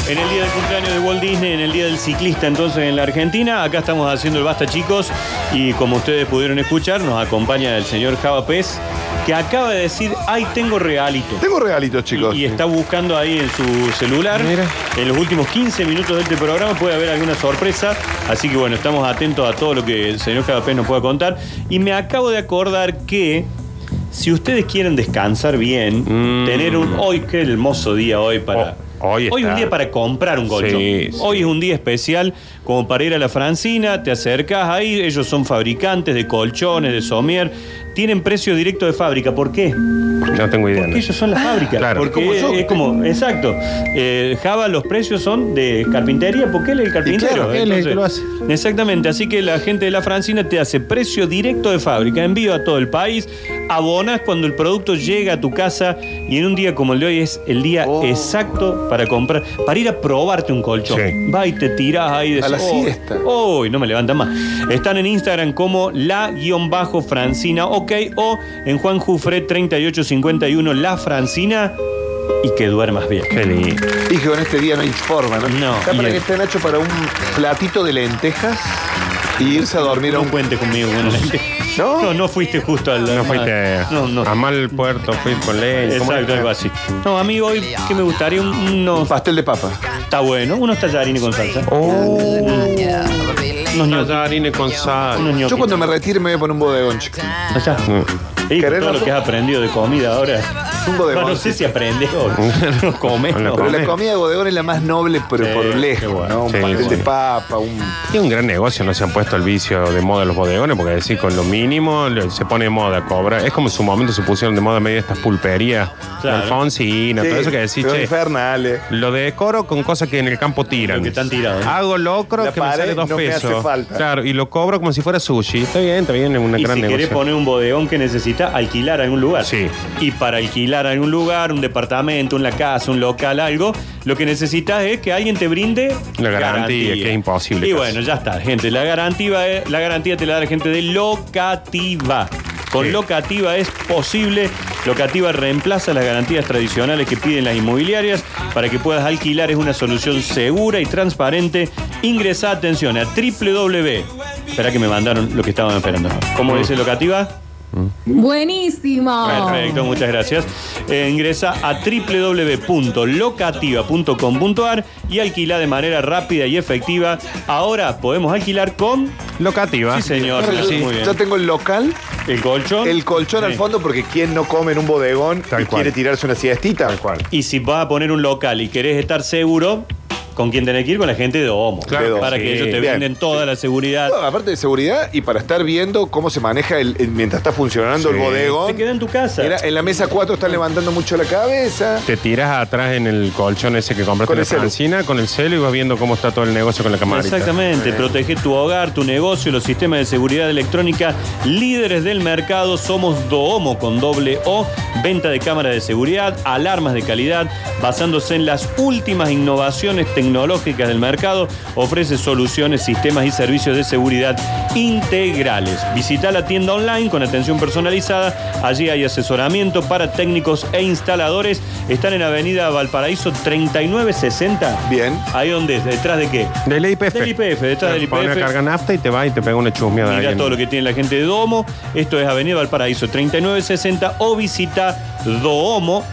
En el día del cumpleaños de Walt Disney, en el día del ciclista entonces en la Argentina, acá estamos haciendo el basta chicos y como ustedes pudieron escuchar, nos acompaña el señor Java Pez que acaba de decir, ay, tengo realito. Tengo regalitos, chicos. Y está buscando ahí en su celular. Mira. En los últimos 15 minutos de este programa puede haber alguna sorpresa. Así que bueno, estamos atentos a todo lo que el señor Javapé nos pueda contar. Y me acabo de acordar que si ustedes quieren descansar bien, Mm. tener un. Hoy, qué hermoso día hoy para. Oh, hoy es un está. día para comprar un colchón. Sí, sí. Hoy es un día especial como para ir a la Francina, te acercas ahí, ellos son fabricantes de colchones, de somier, tienen precio directo de fábrica. ¿Por qué? No tengo idea. Porque ¿no? ellos son la fábrica. Claro. Porque Como yo. Eh, es como, exacto. Eh, Java, los precios son de carpintería, porque él es el carpintero. claro, él es el que lo hace. Exactamente, así que la gente de la Francina te hace precio directo de fábrica, envío a todo el país, abonas cuando el producto llega a tu casa y en un día como el de hoy es el día Oh. exacto para comprar, para ir a probarte un colchón. Sí. Va y te tirás ahí de A la siesta. Uy, no me levantan más. Están en Instagram como la-francina, ok, o en Juan Jufre 3851, la Francina, y que duermas bien. Qué lindo. Dije, con este día no hay forma, ¿no? No, Está y para el- que esté Nacho para un platito de lentejas y irse a dormir a No un cuentes conmigo, bueno, gente. ¿No? no, no fuiste justo al. No fuiste Ah, No, no. a mal puerto, fuiste con ley. ¿Cómo Exacto, era? algo así. No, a mí hoy que me gustaría un- unos. pastel de papa. Está bueno, unos tallarines con salsa. Oh. Unos ñoquis. Tallarines con sal. Unos ñoquis. Yo cuando me retire me voy a poner un bodegón, chico. Allá. Mm. Y ¿Querés todo lo razón? que has aprendido de comida ahora. Un bodegón. No, no sé si aprendes o no comes. No no. Pero la Come. comida de bodegón es la más noble, pero Sí, por qué lejos, bueno. ¿no? Un Sí, pastel de bueno. papa, un... Es un gran negocio, no se han puesto el vicio de moda los bodegones, porque decir, con lo mínimo le- se pone de moda, cobra. Es como en su momento se pusieron de moda medio estas pulperías, Claro. la alfonsina, todo eso que decís, pero che, infernales. lo decoro con cosas que en el campo tiran. Lo que están tirado. Hago locro La que me sale pared dos no me pesos. hace falta. Claro, y lo cobro como si fuera sushi. Está bien, está bien, es una Y gran si querés negocio. poner un bodegón que necesita alquilar algún lugar. Sí. Y para alquilar algún lugar, un departamento, una casa, un local, algo, lo que necesitas es que alguien te brinde La garantía, que es imposible Y casi. bueno, ya está, gente. La garantía, es- la garantía te la da la gente de Locativa. Con Sí. Locativa es posible. Locativa reemplaza las garantías tradicionales que piden las inmobiliarias para que puedas alquilar. Es una solución segura y transparente. Ingresa, atención, a www. Espera que me mandaron lo que estaban esperando. ¿Cómo dice Locativa? Buenísimo. Perfecto, muchas gracias. Eh, ingresa a www.locativa.com.ar y alquila de manera rápida y efectiva. Ahora podemos alquilar con. Locativa. Sí, señor. Sí. Muy Ya bien. tengo el local, El colchón. el colchón al Sí. fondo, porque ¿quién no come en un bodegón Tal y cual. quiere tirarse una siestita? Tal cual. Y si vas a poner un local y querés estar seguro, con quién tenés que ir, con la gente de Omo. Claro, para sí. que ellos te Bien. brinden toda la seguridad. No, aparte de seguridad y para estar viendo cómo se maneja el, el- mientras está funcionando Sí. el bodegón. Te queda en tu casa. Mira, en la mesa 4 están levantando mucho la cabeza. Te tiras atrás en el colchón ese que compraste Con en la el celu. Francina con el celo y vas viendo cómo está todo el negocio con la camarita. Exactamente, protege tu hogar, tu negocio, los sistemas de seguridad electrónica, líderes del mercado, somos Doomo con doble O, venta de cámaras de seguridad, alarmas de calidad, basándose en las últimas innovaciones tecnológicas del mercado, ofrece soluciones, sistemas y servicios de seguridad integrales. Visita la tienda online con atención personalizada, allí hay asesoramiento para técnicos e instaladores, están en Avenida Valparaíso 3960. Bien. ¿Ahí dónde? es? ¿Detrás de qué? Del IPF. Del IPF, detrás del Pone IPF. una carga nafta y te va y te pega una chusmeada. a Mira alguien. todo lo que tiene la gente de Domo. Esto es Avenida Valparaíso 3960 o visita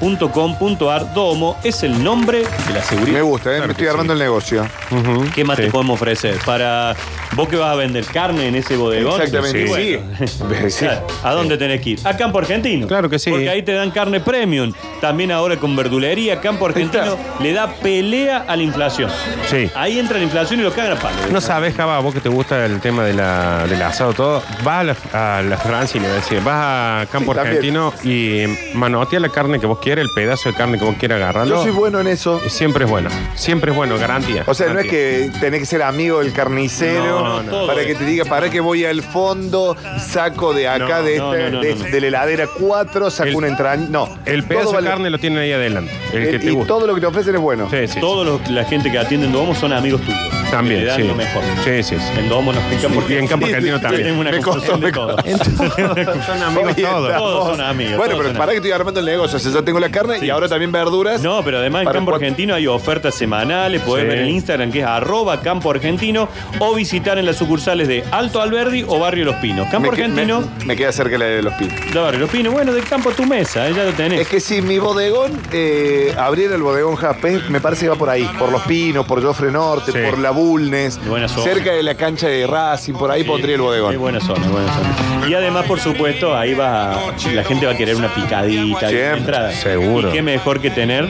doomo.com.ar. Domo es el nombre de la seguridad. Me gusta, ¿eh? me Claro que estoy armando el negocio. Ujú, ¿Qué más sí. te podemos ofrecer? Para vos que vas a vender carne en ese bodegón. Exactamente, Y bueno, <laughs> sí. Sí. <laughs> ¿A dónde tenés que ir? A Campo Argentino. Claro que sí. Porque ahí te dan carne premium. También ahora con verdulería, Campo Argentino le da pelea a la inflación. Sí. Ahí entra la inflación y lo cagan a palo. No sabes, Java, vos que te gusta el tema de la, del asado, todo. Vas a la, a la Francia y le decís, vas a Campo Sí, también. Argentino y manotea la carne que vos quieres, el pedazo de carne que vos quieras agarrarlo. Yo soy bueno en eso. Siempre es bueno. Siempre es bueno, garantía. O sea, no es Garantía. que tenés que ser amigo del carnicero No, no, todo para es. que te diga, para que voy al fondo, saco de acá, No, de, no, este- no, no, de, no, no. de la heladera 4, saco El- una entraña. No. El Todo pedazo vale- de carne lo tienen ahí adelante. El, el- que te y gusta. todo lo que te ofrecen es bueno. Sí, sí, sí. Todos los- la gente que atiende en Domo son amigos tuyos. También, Que Te dan sí. lo mejor. Sí, sí, sí. En Domo nos pican porque Y en Campo Sí, Argentino sí, Yo tengo también. una Me confusión cojo, de me todo. Son amigos Hoy todos. estamos- Todos son amigos, Bueno, todos pero son para que estoy armando el negocio. O sea, ya tengo la carne y ahora también verduras. <laughs> No, pero además en Para Campo cuatro- Argentino hay ofertas semanales, podés Sí. ver en Instagram que es arroba Campo Argentino o visitar en las sucursales de Alto Alberdi o Barrio Los Pinos. Campo Me que- Argentino, Me, me queda cerca la de los pinos. de Barrio Los Pinos, bueno, de campo a tu mesa, eh, ya lo tenés. Es que si mi bodegón eh, abriera el bodegón Japé, me parece que va por ahí, por Los Pinos, por Jofre Norte, Sí. por La Bulnes, Y buena zona. cerca de la cancha de Racing, por ahí pondría el Es bodegón. buena zona, es buena zona. Y además, por supuesto, ahí va. La gente va a querer una picadita y una Siempre, entrada. seguro. Y qué mejor que tener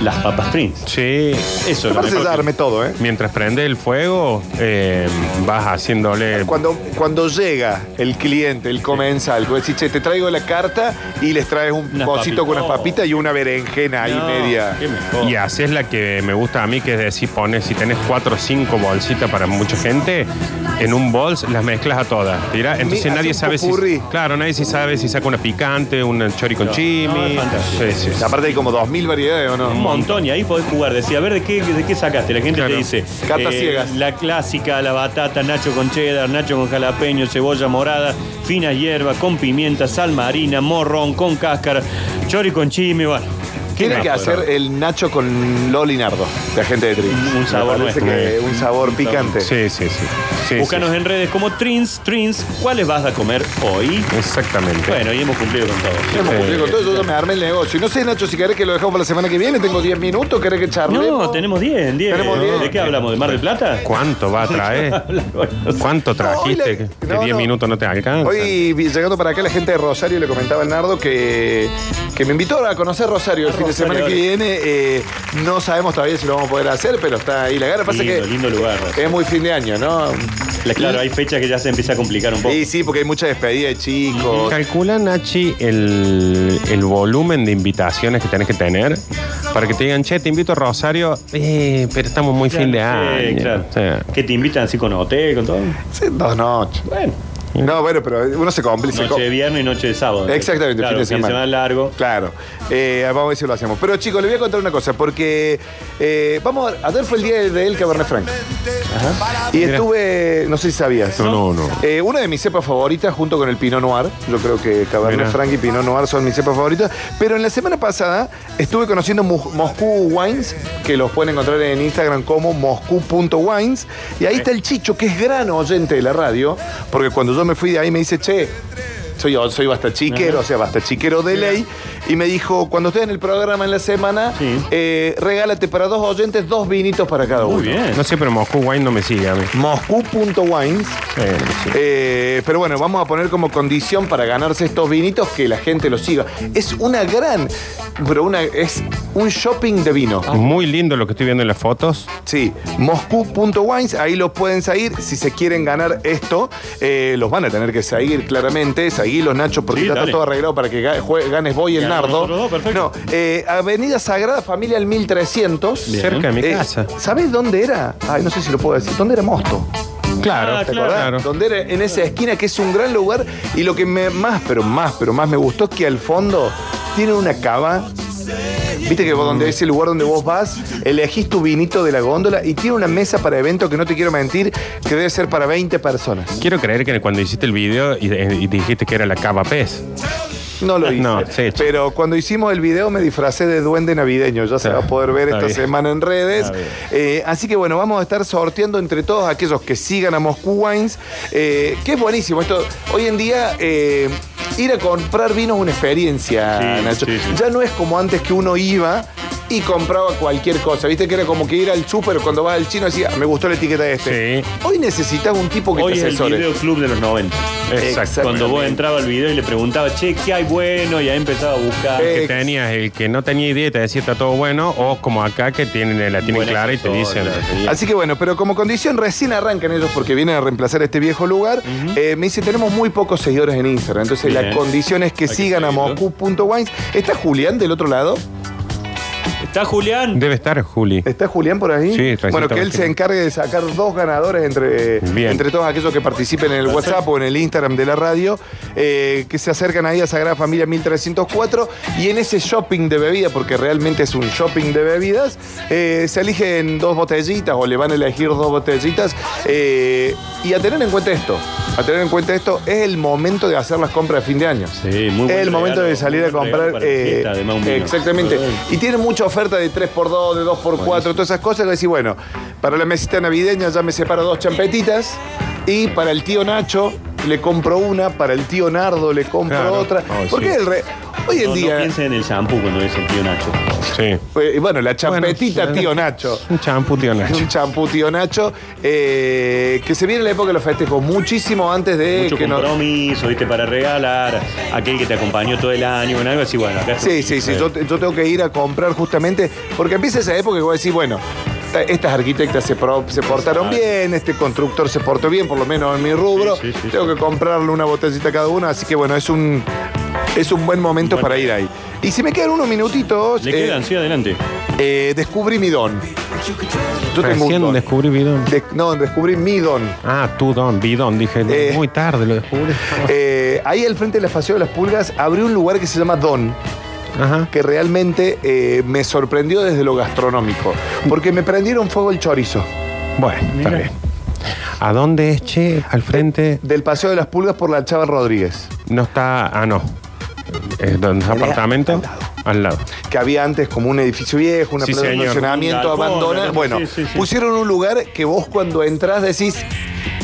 las papas Prince. Sí. Eso Me es lo parece mejor. ya armé todo, ¿eh? Mientras prende el fuego, eh, vas haciéndole. Cuando, cuando llega el cliente, el comensal, vos decís, che, te traigo la carta y les traes un Unas pocito con unas papitas. papitas y una berenjena ahí No, media. qué mejor. Y así es la que me gusta a mí, que es decir, pones, si tenés cuatro o cinco bolsitas para mucha gente, en un bols las mezclas a todas. Tira, Entonces hace nadie un sabe si. popurrí. Claro, nadie si sabe si saca una picante, una chori con No, no, chimi. es fantástico. Sí, sí, sí. Aparte hay como 2.000 variedades, ¿o Un no? montón, y ahí podés jugar. Decía, a ver, ¿de qué, de qué sacaste? La gente Claro. te dice. eh, Catas ciegas. La clásica, la batata, nacho con cheddar, nacho con jalapeño, cebolla morada, finas hierbas, con pimienta, sal marina, morrón, con cáscara, chori con chimi, bueno. Tiene que mejor. hacer el nacho con Lolinardo, la gente de Tri. Un sabor Me parece nuestro. que un sabor picante. Sí, sí, sí. Sí, Búscanos en redes como Trins, Trins, ¿cuáles vas a comer hoy? sí. Exactamente. Bueno, y hemos cumplido con todo. Hemos cumplido con todo, yo ya me armé el negocio. Y no sé, Nacho, si querés que lo dejamos para la semana que viene, tengo 10 minutos, querés que charlemos. No, tenemos 10, 10. Tenemos diez. ¿De qué hablamos? ¿De Mar del Plata? <laughs> ¿Cuánto va a traer? ¿Cuánto No, trajiste? hoy que la- no, 10 no. minutos no te alcanza. Hoy vi- llegando para acá la gente de Rosario le comentaba al Nardo que, que me invitó a conocer Rosario el Ah, fin de Rosario, semana que dale. viene. Eh, no sabemos todavía si lo vamos a poder hacer, pero está ahí la gana. Pasa Lindo, que lindo lugar. Rosario. es muy fin de año, ¿no? La- Claro, hay fechas que ya se empieza a complicar un poco. Sí, sí, porque hay mucha despedida de chicos. Calcula, Nachi, el, el volumen de invitaciones que tenés que tener para que te digan, che, te invito a Rosario, eh, pero estamos muy fin de Sí, año. claro. O sea, Que te invitan así con hotel, con todo. Sí, dos noches. Bueno, No, bueno, pero uno se complica. noche de viernes y noche de sábado. Exactamente, Claro, fin de semana. largo. Claro. Eh, vamos a ver si lo hacemos. Pero chicos, les voy a contar una cosa, porque eh, vamos a, ayer fue el día del Cabernet Franc. Y Mira. estuve, no sé si sabías. No, no, no. Eh, una de mis cepas favoritas junto con el Pinot Noir. Yo creo que Cabernet Mira. Franc y Pinot Noir son mis cepas favoritas. Pero en la semana pasada estuve conociendo Mo- Moscú Wines, que los pueden encontrar en Instagram como moscú.wines. Y ahí está el Chicho, que es gran oyente de la radio, porque cuando yo me fui de ahí me dice, che, soy, soy bastachiquero, o sea, bastachiquero de ley. Y me dijo, cuando esté en el programa en la semana, Sí. eh, regálate para dos oyentes dos vinitos para cada uno. Muy bien. no sé, pero Moscú Wine no me sigue a mí. Moscú.wines. Eh, sí. Eh, pero bueno, vamos a poner como condición para ganarse estos vinitos que la gente los siga. Es una gran, pero una es un shopping de vino. Muy lindo lo que estoy viendo en las fotos. Sí, moscú.wines, ahí los pueden seguir. Si se quieren ganar esto, eh, los van a tener que seguir claramente. Seguilos, Nacho, porque Sí, ya dale. está todo arreglado para que ga- jue- ganes vos y el Ganamos Nardo. nosotros dos, perfecto. No, eh, Avenida Sagrada Familia, el 1300. Bien. Cerca de mi Eh, casa. ¿Sabés dónde era? Ay, no sé si lo puedo decir. ¿Dónde era Mosto? Claro, Ah, ¿Te claro. acordás? Donde era en esa esquina que es un gran lugar y lo que me más, pero más, pero más me gustó es que al fondo tiene una cava. Viste que vos, donde es el lugar donde vos vas, elegís tu vinito de la góndola y tiene una mesa para evento que no te quiero mentir, que debe ser para 20 personas. Quiero creer que cuando hiciste el video y, eh, y dijiste que era la cava pez. No lo hice. No, sí, che. pero cuando hicimos el video me disfracé de duende navideño. Ya se Está- va a poder ver está esta bien. semana en redes. Está bien. Eh, así que bueno, vamos a estar sorteando entre todos aquellos que sigan a Moscú Wines, eh, que es buenísimo esto. Hoy en día eh, ir a comprar vino es una experiencia, Sí, Nacho. sí, sí. Ya no es como antes que uno iba y compraba cualquier cosa. Viste que era como que ir al súper cuando vas al chino decía, "Ah, me gustó la etiqueta de este. Sí. Hoy necesitas un tipo que Hoy te es el asesore. video club de los 90. Exacto. Cuando vos entrabas al video y le preguntabas, che, ¿qué hay bueno? Y ahí empezaba a buscar. Eh, Que tenías el que no tenía idea y te decía está todo bueno, o como acá que tienen, la tienen Buena clara y te dicen. persona, tenía- Así que bueno, pero como condición recién arrancan ellos porque vienen a reemplazar este viejo lugar. Eh, me dice, tenemos muy pocos seguidores en Instagram. Entonces Bien. la condición es que Hay que sigan a seguirlo. moscú.wines. ¿Está Julián del otro lado? ¿Está Julián? Debe <laughs> estar Juli. ¿Está Julián por ahí? Sí, recién Bueno, que estaba él se escribiendo. encargue de sacar dos ganadores entre, Bien. entre todos aquellos que participen en el WhatsApp o en el Instagram de la radio, eh, que se acercan ahí a Sagrada Familia 1304 y en ese shopping de bebidas, porque realmente es un shopping de bebidas, eh, se eligen dos botellitas o le van a elegir dos botellitas eh, y a tener en cuenta esto, a tener en cuenta esto, es el momento de hacer las compras de fin de año. Sí, muy buen Es el momento regalo, de salir muy a buen regalo comprar. para la eh, fiesta, además, un vino. exactamente. Perdón. Y tiene mucha oferta de 3x2, de 2x4, todas esas cosas. Y decís, bueno, para la mesita navideña ya me separo dos champetitas. Y para el tío Nacho le compro una. Para el tío Nardo le compro Claro. otra. Ay, Porque sí. el re- hoy Oh, en No, no día. piensen en el shampoo cuando es el tío Nacho. Sí. eh, bueno, la champetita Bueno, tío Nacho. <laughs> Un champú, tío Nacho. Un champú tío Nacho. eh, que se viene la época de los festejos. Muchísimo antes de Mucho que nos- compromiso, ¿viste? Para regalar. Aquel que te acompañó todo el año en algo así, bueno. Acá Sí, sí, sí. Yo, yo tengo que ir a comprar justamente. Porque empieza esa época que voy a decir, bueno, esta- estas arquitectas se, pro- se portaron bien, este constructor se portó bien, por lo menos en mi rubro. Sí, sí, sí, tengo que comprarle una botellita a cada uno. Así que bueno, es un, es un buen momento Bueno. para ir ahí. Y si me quedan unos minutitos, Le eh, quedan, sí, adelante. eh, descubrí mi don. Yo tengo un Recién don. descubrí bidón. De- no, descubrí mi <laughs> don. Ah, tu don, bidón. Dije, no, Eh. muy tarde lo descubrí. Eh, ahí al frente de la Paseo de las Pulgas abrió un lugar que se llama Don. Ajá. que realmente eh, me sorprendió desde lo gastronómico. Porque me prendieron fuego el chorizo. Bueno, está bien. ¿A dónde es Che? Al frente. Del Paseo de las Pulgas por la Chava Rodríguez. No está. Ah, no. Es donde es apartamento. al lado. Este Al lado. Que había antes como un edificio viejo, una Sí, plaza de señor. estacionamiento Un galpón, abandonada. algo Bueno, así, sí, sí. pusieron un lugar que vos cuando entras decís,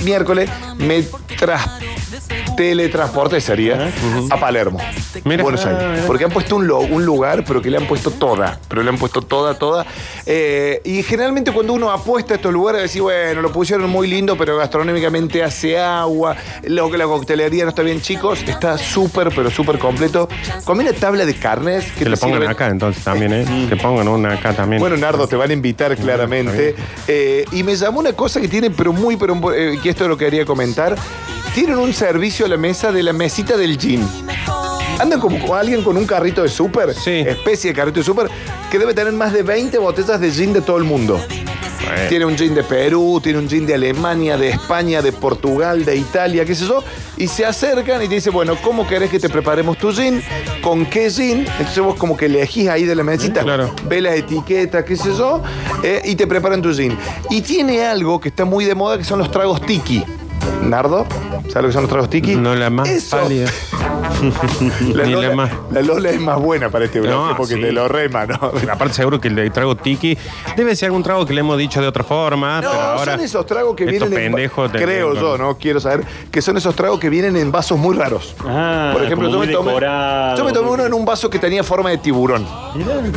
miércoles, me tras teletransporte sería a Palermo, Mira. Buenos Aires. Ah, mira. Porque han puesto un, lo- un lugar, pero que le han puesto toda. Pero le han puesto toda, toda. Eh, y generalmente cuando uno apuesta a estos lugares, decís, bueno, lo pusieron muy lindo, pero gastronómicamente hace agua. Lo que la coctelería no está bien, chicos. Está súper, pero súper completo. Comí una tabla de carnes Que te le pongan sirven- acá entonces también, ¿eh? Que pongan una acá también. bueno, Nardo, te van a invitar claramente. Eh, y me llamó una cosa que tiene, pero muy, pero eh, que esto es lo que quería comentar. Tienen un servicio a la mesa de la mesita del gin. Andan como con alguien con un carrito de súper, Sí. especie de carrito de súper, que debe tener más de 20 botellas de gin de todo el mundo. Bueno. Tiene un gin de Perú, tiene un gin de Alemania, de España, de Portugal, de Italia, qué sé yo. Y se acercan y te dicen, bueno, ¿cómo querés que te preparemos tu gin? ¿Con qué gin? Entonces vos como que elegís ahí de la mesita, Claro. ve las etiquetas, qué sé yo, eh, y te preparan tu gin. Y tiene algo que está muy de moda que son los tragos tiki. Nardo, ¿sabes lo que son los tragos tiki? No la más Eso. <laughs> pálida. La Ni Lola, la más. la Lola es más buena para este bloque No, porque sí. te lo rema, ¿no? Aparte seguro que el de trago tiki debe ser algún trago que le hemos dicho de otra Ah, forma. No, pero ahora son esos tragos que estos vienen en- pendejos te- creo yo, no quiero saber que son esos tragos que vienen en vasos muy raros. Ah, Por ejemplo, yo como me, muy tomé, decorado. Este yo me tomé uno en un vaso que tenía forma de tiburón.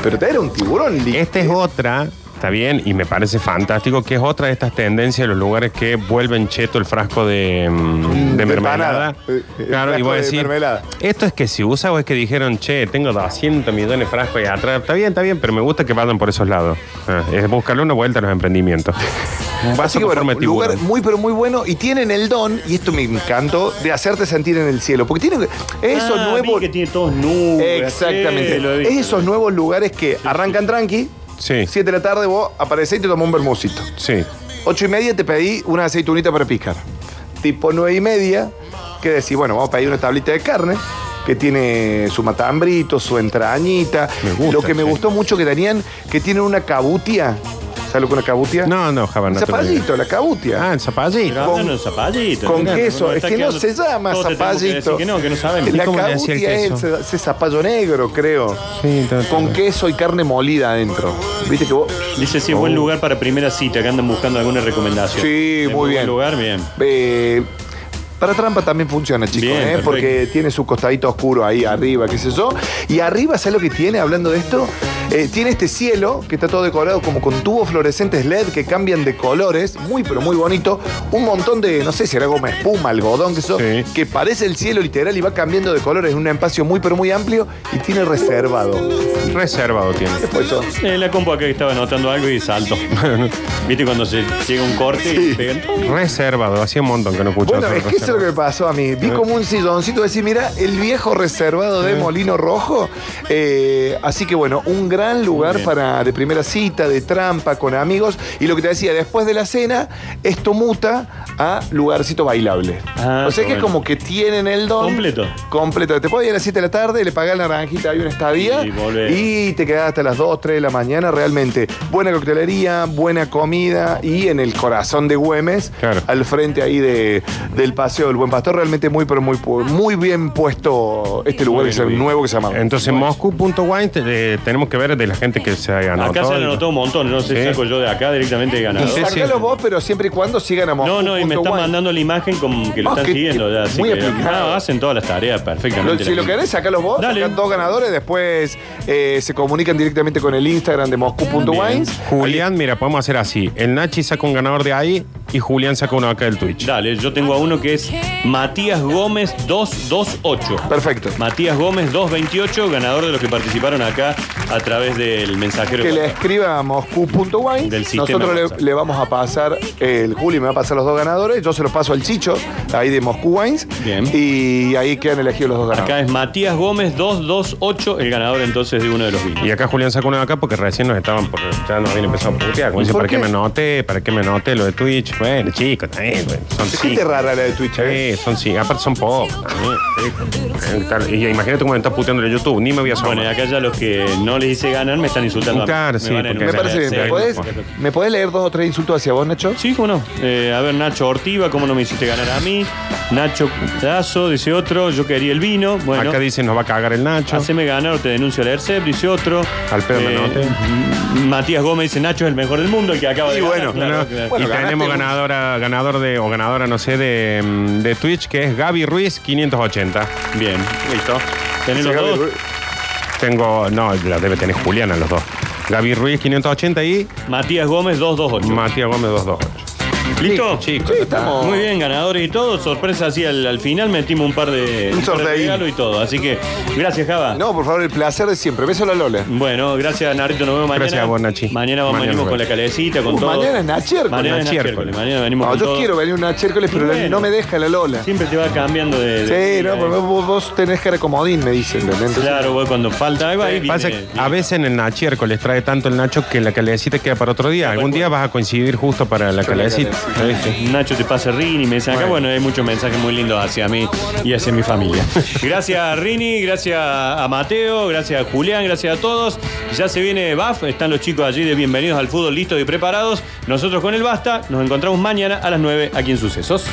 Pero era un tiburón. li- Esta es otra Está bien, y me parece fantástico que es otra de estas tendencias de los lugares que vuelven cheto el frasco de, mm, de de mermelada. empanada. Eh, el Claro, y frasco voy a de decir, mermelada. esto es que si usa o es que dijeron, che, tengo 200 millones de frascos ahí atrás. Está bien, está bien, pero me gusta que vayan por esos lados. Ah, es buscarle una vuelta a los emprendimientos. <laughs> Un vaso Así que que bueno, forma un lugar muy pero muy bueno y tienen el don, y esto me encantó, de hacerte sentir en el cielo. Porque tienen esos Ah, vi nuevos. que tiene todos nubes. Exactamente. Sí, lo he visto. esos nuevos lugares que arrancan tranqui, Sí, 7 de la tarde vos aparecés y te tomás un bermucito. sí. 8 y media te pedí una aceitunita para picar. Tipo 9 y media, que decís, bueno, vamos a pedir una tablita de carne que tiene su matambrito, su entrañita. Me gusta, lo que me sí. gustó mucho que tenían, que tienen una cabutia. ¿Sabes lo que es una cabutia? No, no, Java, Un no te lo digo. zapallito, la cabutia. Ah, el zapallito. Pero con- háblanos de zapallito. con Claro, queso, nos es está que no quedando- se llama todos te tenemos que zapallito. decir que no, que no sabemos. La cómo le hacía el cabutia es queso? ese- ese zapallo negro, creo. Sí, está- está- Con queso y carne molida adentro. Viste que vos Dice si es buen lugar para primera cita, que andan buscando alguna recomendación. Oh. Sí, Es muy bien. Buen lugar, bien. Eh, para trampa también funciona, chicos, Bien, ¿eh? perfecto. porque tiene su costadito oscuro ahí arriba, qué sé yo. Y arriba, ¿sabes lo que tiene hablando de esto? Eh, tiene este cielo que está todo decorado como con tubos fluorescentes LED que cambian de colores, muy pero muy bonito. Un montón de, no sé si era goma espuma, algodón, que eso, Sí. que parece el cielo literal y va cambiando de colores en un espacio muy pero muy amplio y tiene reservado. Reservado tiene. ¿Qué fue eso? Eh, la compu acá que estaba anotando algo y salto. <laughs> ¿Viste cuando se llega un corte y pegan? Reservado, hacía un montón que no escuchaba. Bueno, es que eso es lo que me pasó a mí. Vi Eh. como un silloncito, decir, mira, el viejo reservado de Molino Rojo. Eh, así que bueno, un gran lugar bien. para de primera cita, de trampa, con amigos. Y lo que te decía, después de la cena, esto muta a lugarcito bailable. Ah, o sea qué que bueno. como que tienen el don. Completo. Completo. Te puedes ir a las 7 de la tarde, le pagás la naranjita, hay una estadía. Y volvés. y te quedás hasta las 2, 3 de la mañana. Realmente, buena coctelería, buena comida y en el corazón de Güemes Claro. al frente ahí de, del Paseo del Buen Pastor. Realmente muy, pero muy, pu- muy bien puesto este lugar que se- nuevo que se llama. Entonces, Moscú.wine te- eh, tenemos que ver de la gente que se ha ganado. Acá se anotó un montón, no sé si Sí. saco yo de acá directamente de ganador. No sé. Sacalo sí. vos, pero siempre y cuando sigan a Moscú. No, no, y me punto están guay. mandando la imagen con que lo Ah, están qué- siguiendo. ya, así muy que- aplicado. Ah, hacen todas las tareas Lo- perfectamente. si lo querés, sacalo vos, Dale. sacan dos ganadores, después eh, se comunican directamente con el Instagram de Moscú.wines. Julián, mira, podemos hacer así. El Nachi saca un ganador de ahí y Julián saca uno acá del Twitch. Dale, yo tengo a uno que es Matías Gómez 228. Perfecto. Matías Gómez 228, ganador de los que participaron acá a través del mensajero. Que de le WhatsApp. escriba a Del moscú.wine. sistema Nosotros WhatsApp. le, le vamos a pasar, eh, el Juli me va a pasar los dos ganadores, yo se los paso al Chicho, ahí de Moscú Wines. Bien. Y ahí quedan elegidos los dos ganadores. Acá es Matías Gómez 228, el ganador entonces de uno de los vinos. Y acá Julián sacó uno de acá porque recién nos estaban, porque ya nos habían empezado a putear. Como dice, ¿Por ¿para qué? qué? me note? ¿Para qué me note lo de Twitch? Bueno, chicos, también, bueno, son Es gente cinco. rara la de Twitch, ¿eh? Sí, son sí, aparte son pocos. también, sí. Eh, tal, Y imagínate cómo me está puteando en YouTube, ni me voy a Bueno, y sonar. acá ya los que no les hice ganar me están insultando. a mí. Claro, sí, van a porque- Me enumerar. parece bien. ¿Me Sí, podés, bueno. ¿Me podés leer dos o tres insultos hacia vos, Nacho? eh, Sí, cómo no. Eh, a ver, Nacho Ortiva, ¿cómo no me hiciste ganar a mí? Nacho Cutazo, dice otro, yo quería el vino. Bueno, Acá dice, nos va a cagar el Nacho. haceme ganar o te denuncio al ERCEP, dice otro. Eh, Al pedo me noté. M- Matías Gómez dice, Nacho es el mejor del mundo, el que acaba de Y ganar. bueno, Claro, Bueno, claro. Bueno, y ganaste tenemos mucho. ganadora, ganador de, o ganadora, no sé, de, mm, de Twitch, que es Gaby Ruiz 580. Bien, listo. Tenés los Dice dos. Gaby Tengo, no, la debe tener Juliana los dos. Gaby Ruiz 580 y Matías Gómez 228. Matías Gómez 228. ¿Listo? Chicos, estamos. Muy bien, ganadores y todo. Sorpresa así al, al final. Metimos un par de, Un par de sorteín. regalo y todo. Así que, gracias, Java. No, por favor, el placer de siempre. Beso a la Lola. Bueno, gracias Narito, nos vemos mañana. Gracias a vos, Nachi. Mañana vamos Mañana venimos nos con la vemos. calecita, con Uh, todo. mañana es Nachiércoles. Mañana es Nachiércoles. Nachiércoles, Mañana venimos No, con yo todo. quiero venir a una Chércoles, pero la- Bueno. no me deja la Lola. Sí, Siempre te va cambiando de. de- no, porque vos, vos tenés cara de comodín, me dicen. ¿entendés? Entonces, Claro, güey, cuando falta algo ahí viene, Pasa que viene. a veces en el Nachiércoles les trae tanto el Nacho que la calecita queda para otro Ah, día. Algún día vas a coincidir justo para la calecita. Sí, sí. Nacho te pasa Rini, me dicen acá. Bueno, hay muchos mensajes muy lindos hacia mí y hacia mi <laughs> familia. Gracias a Rini, gracias a Mateo, gracias a Julián, gracias a todos. Ya se viene BAF, están los chicos allí de bienvenidos al fútbol listos y preparados. Nosotros con el Basta, nos encontramos mañana a las 9 aquí en Sucesos.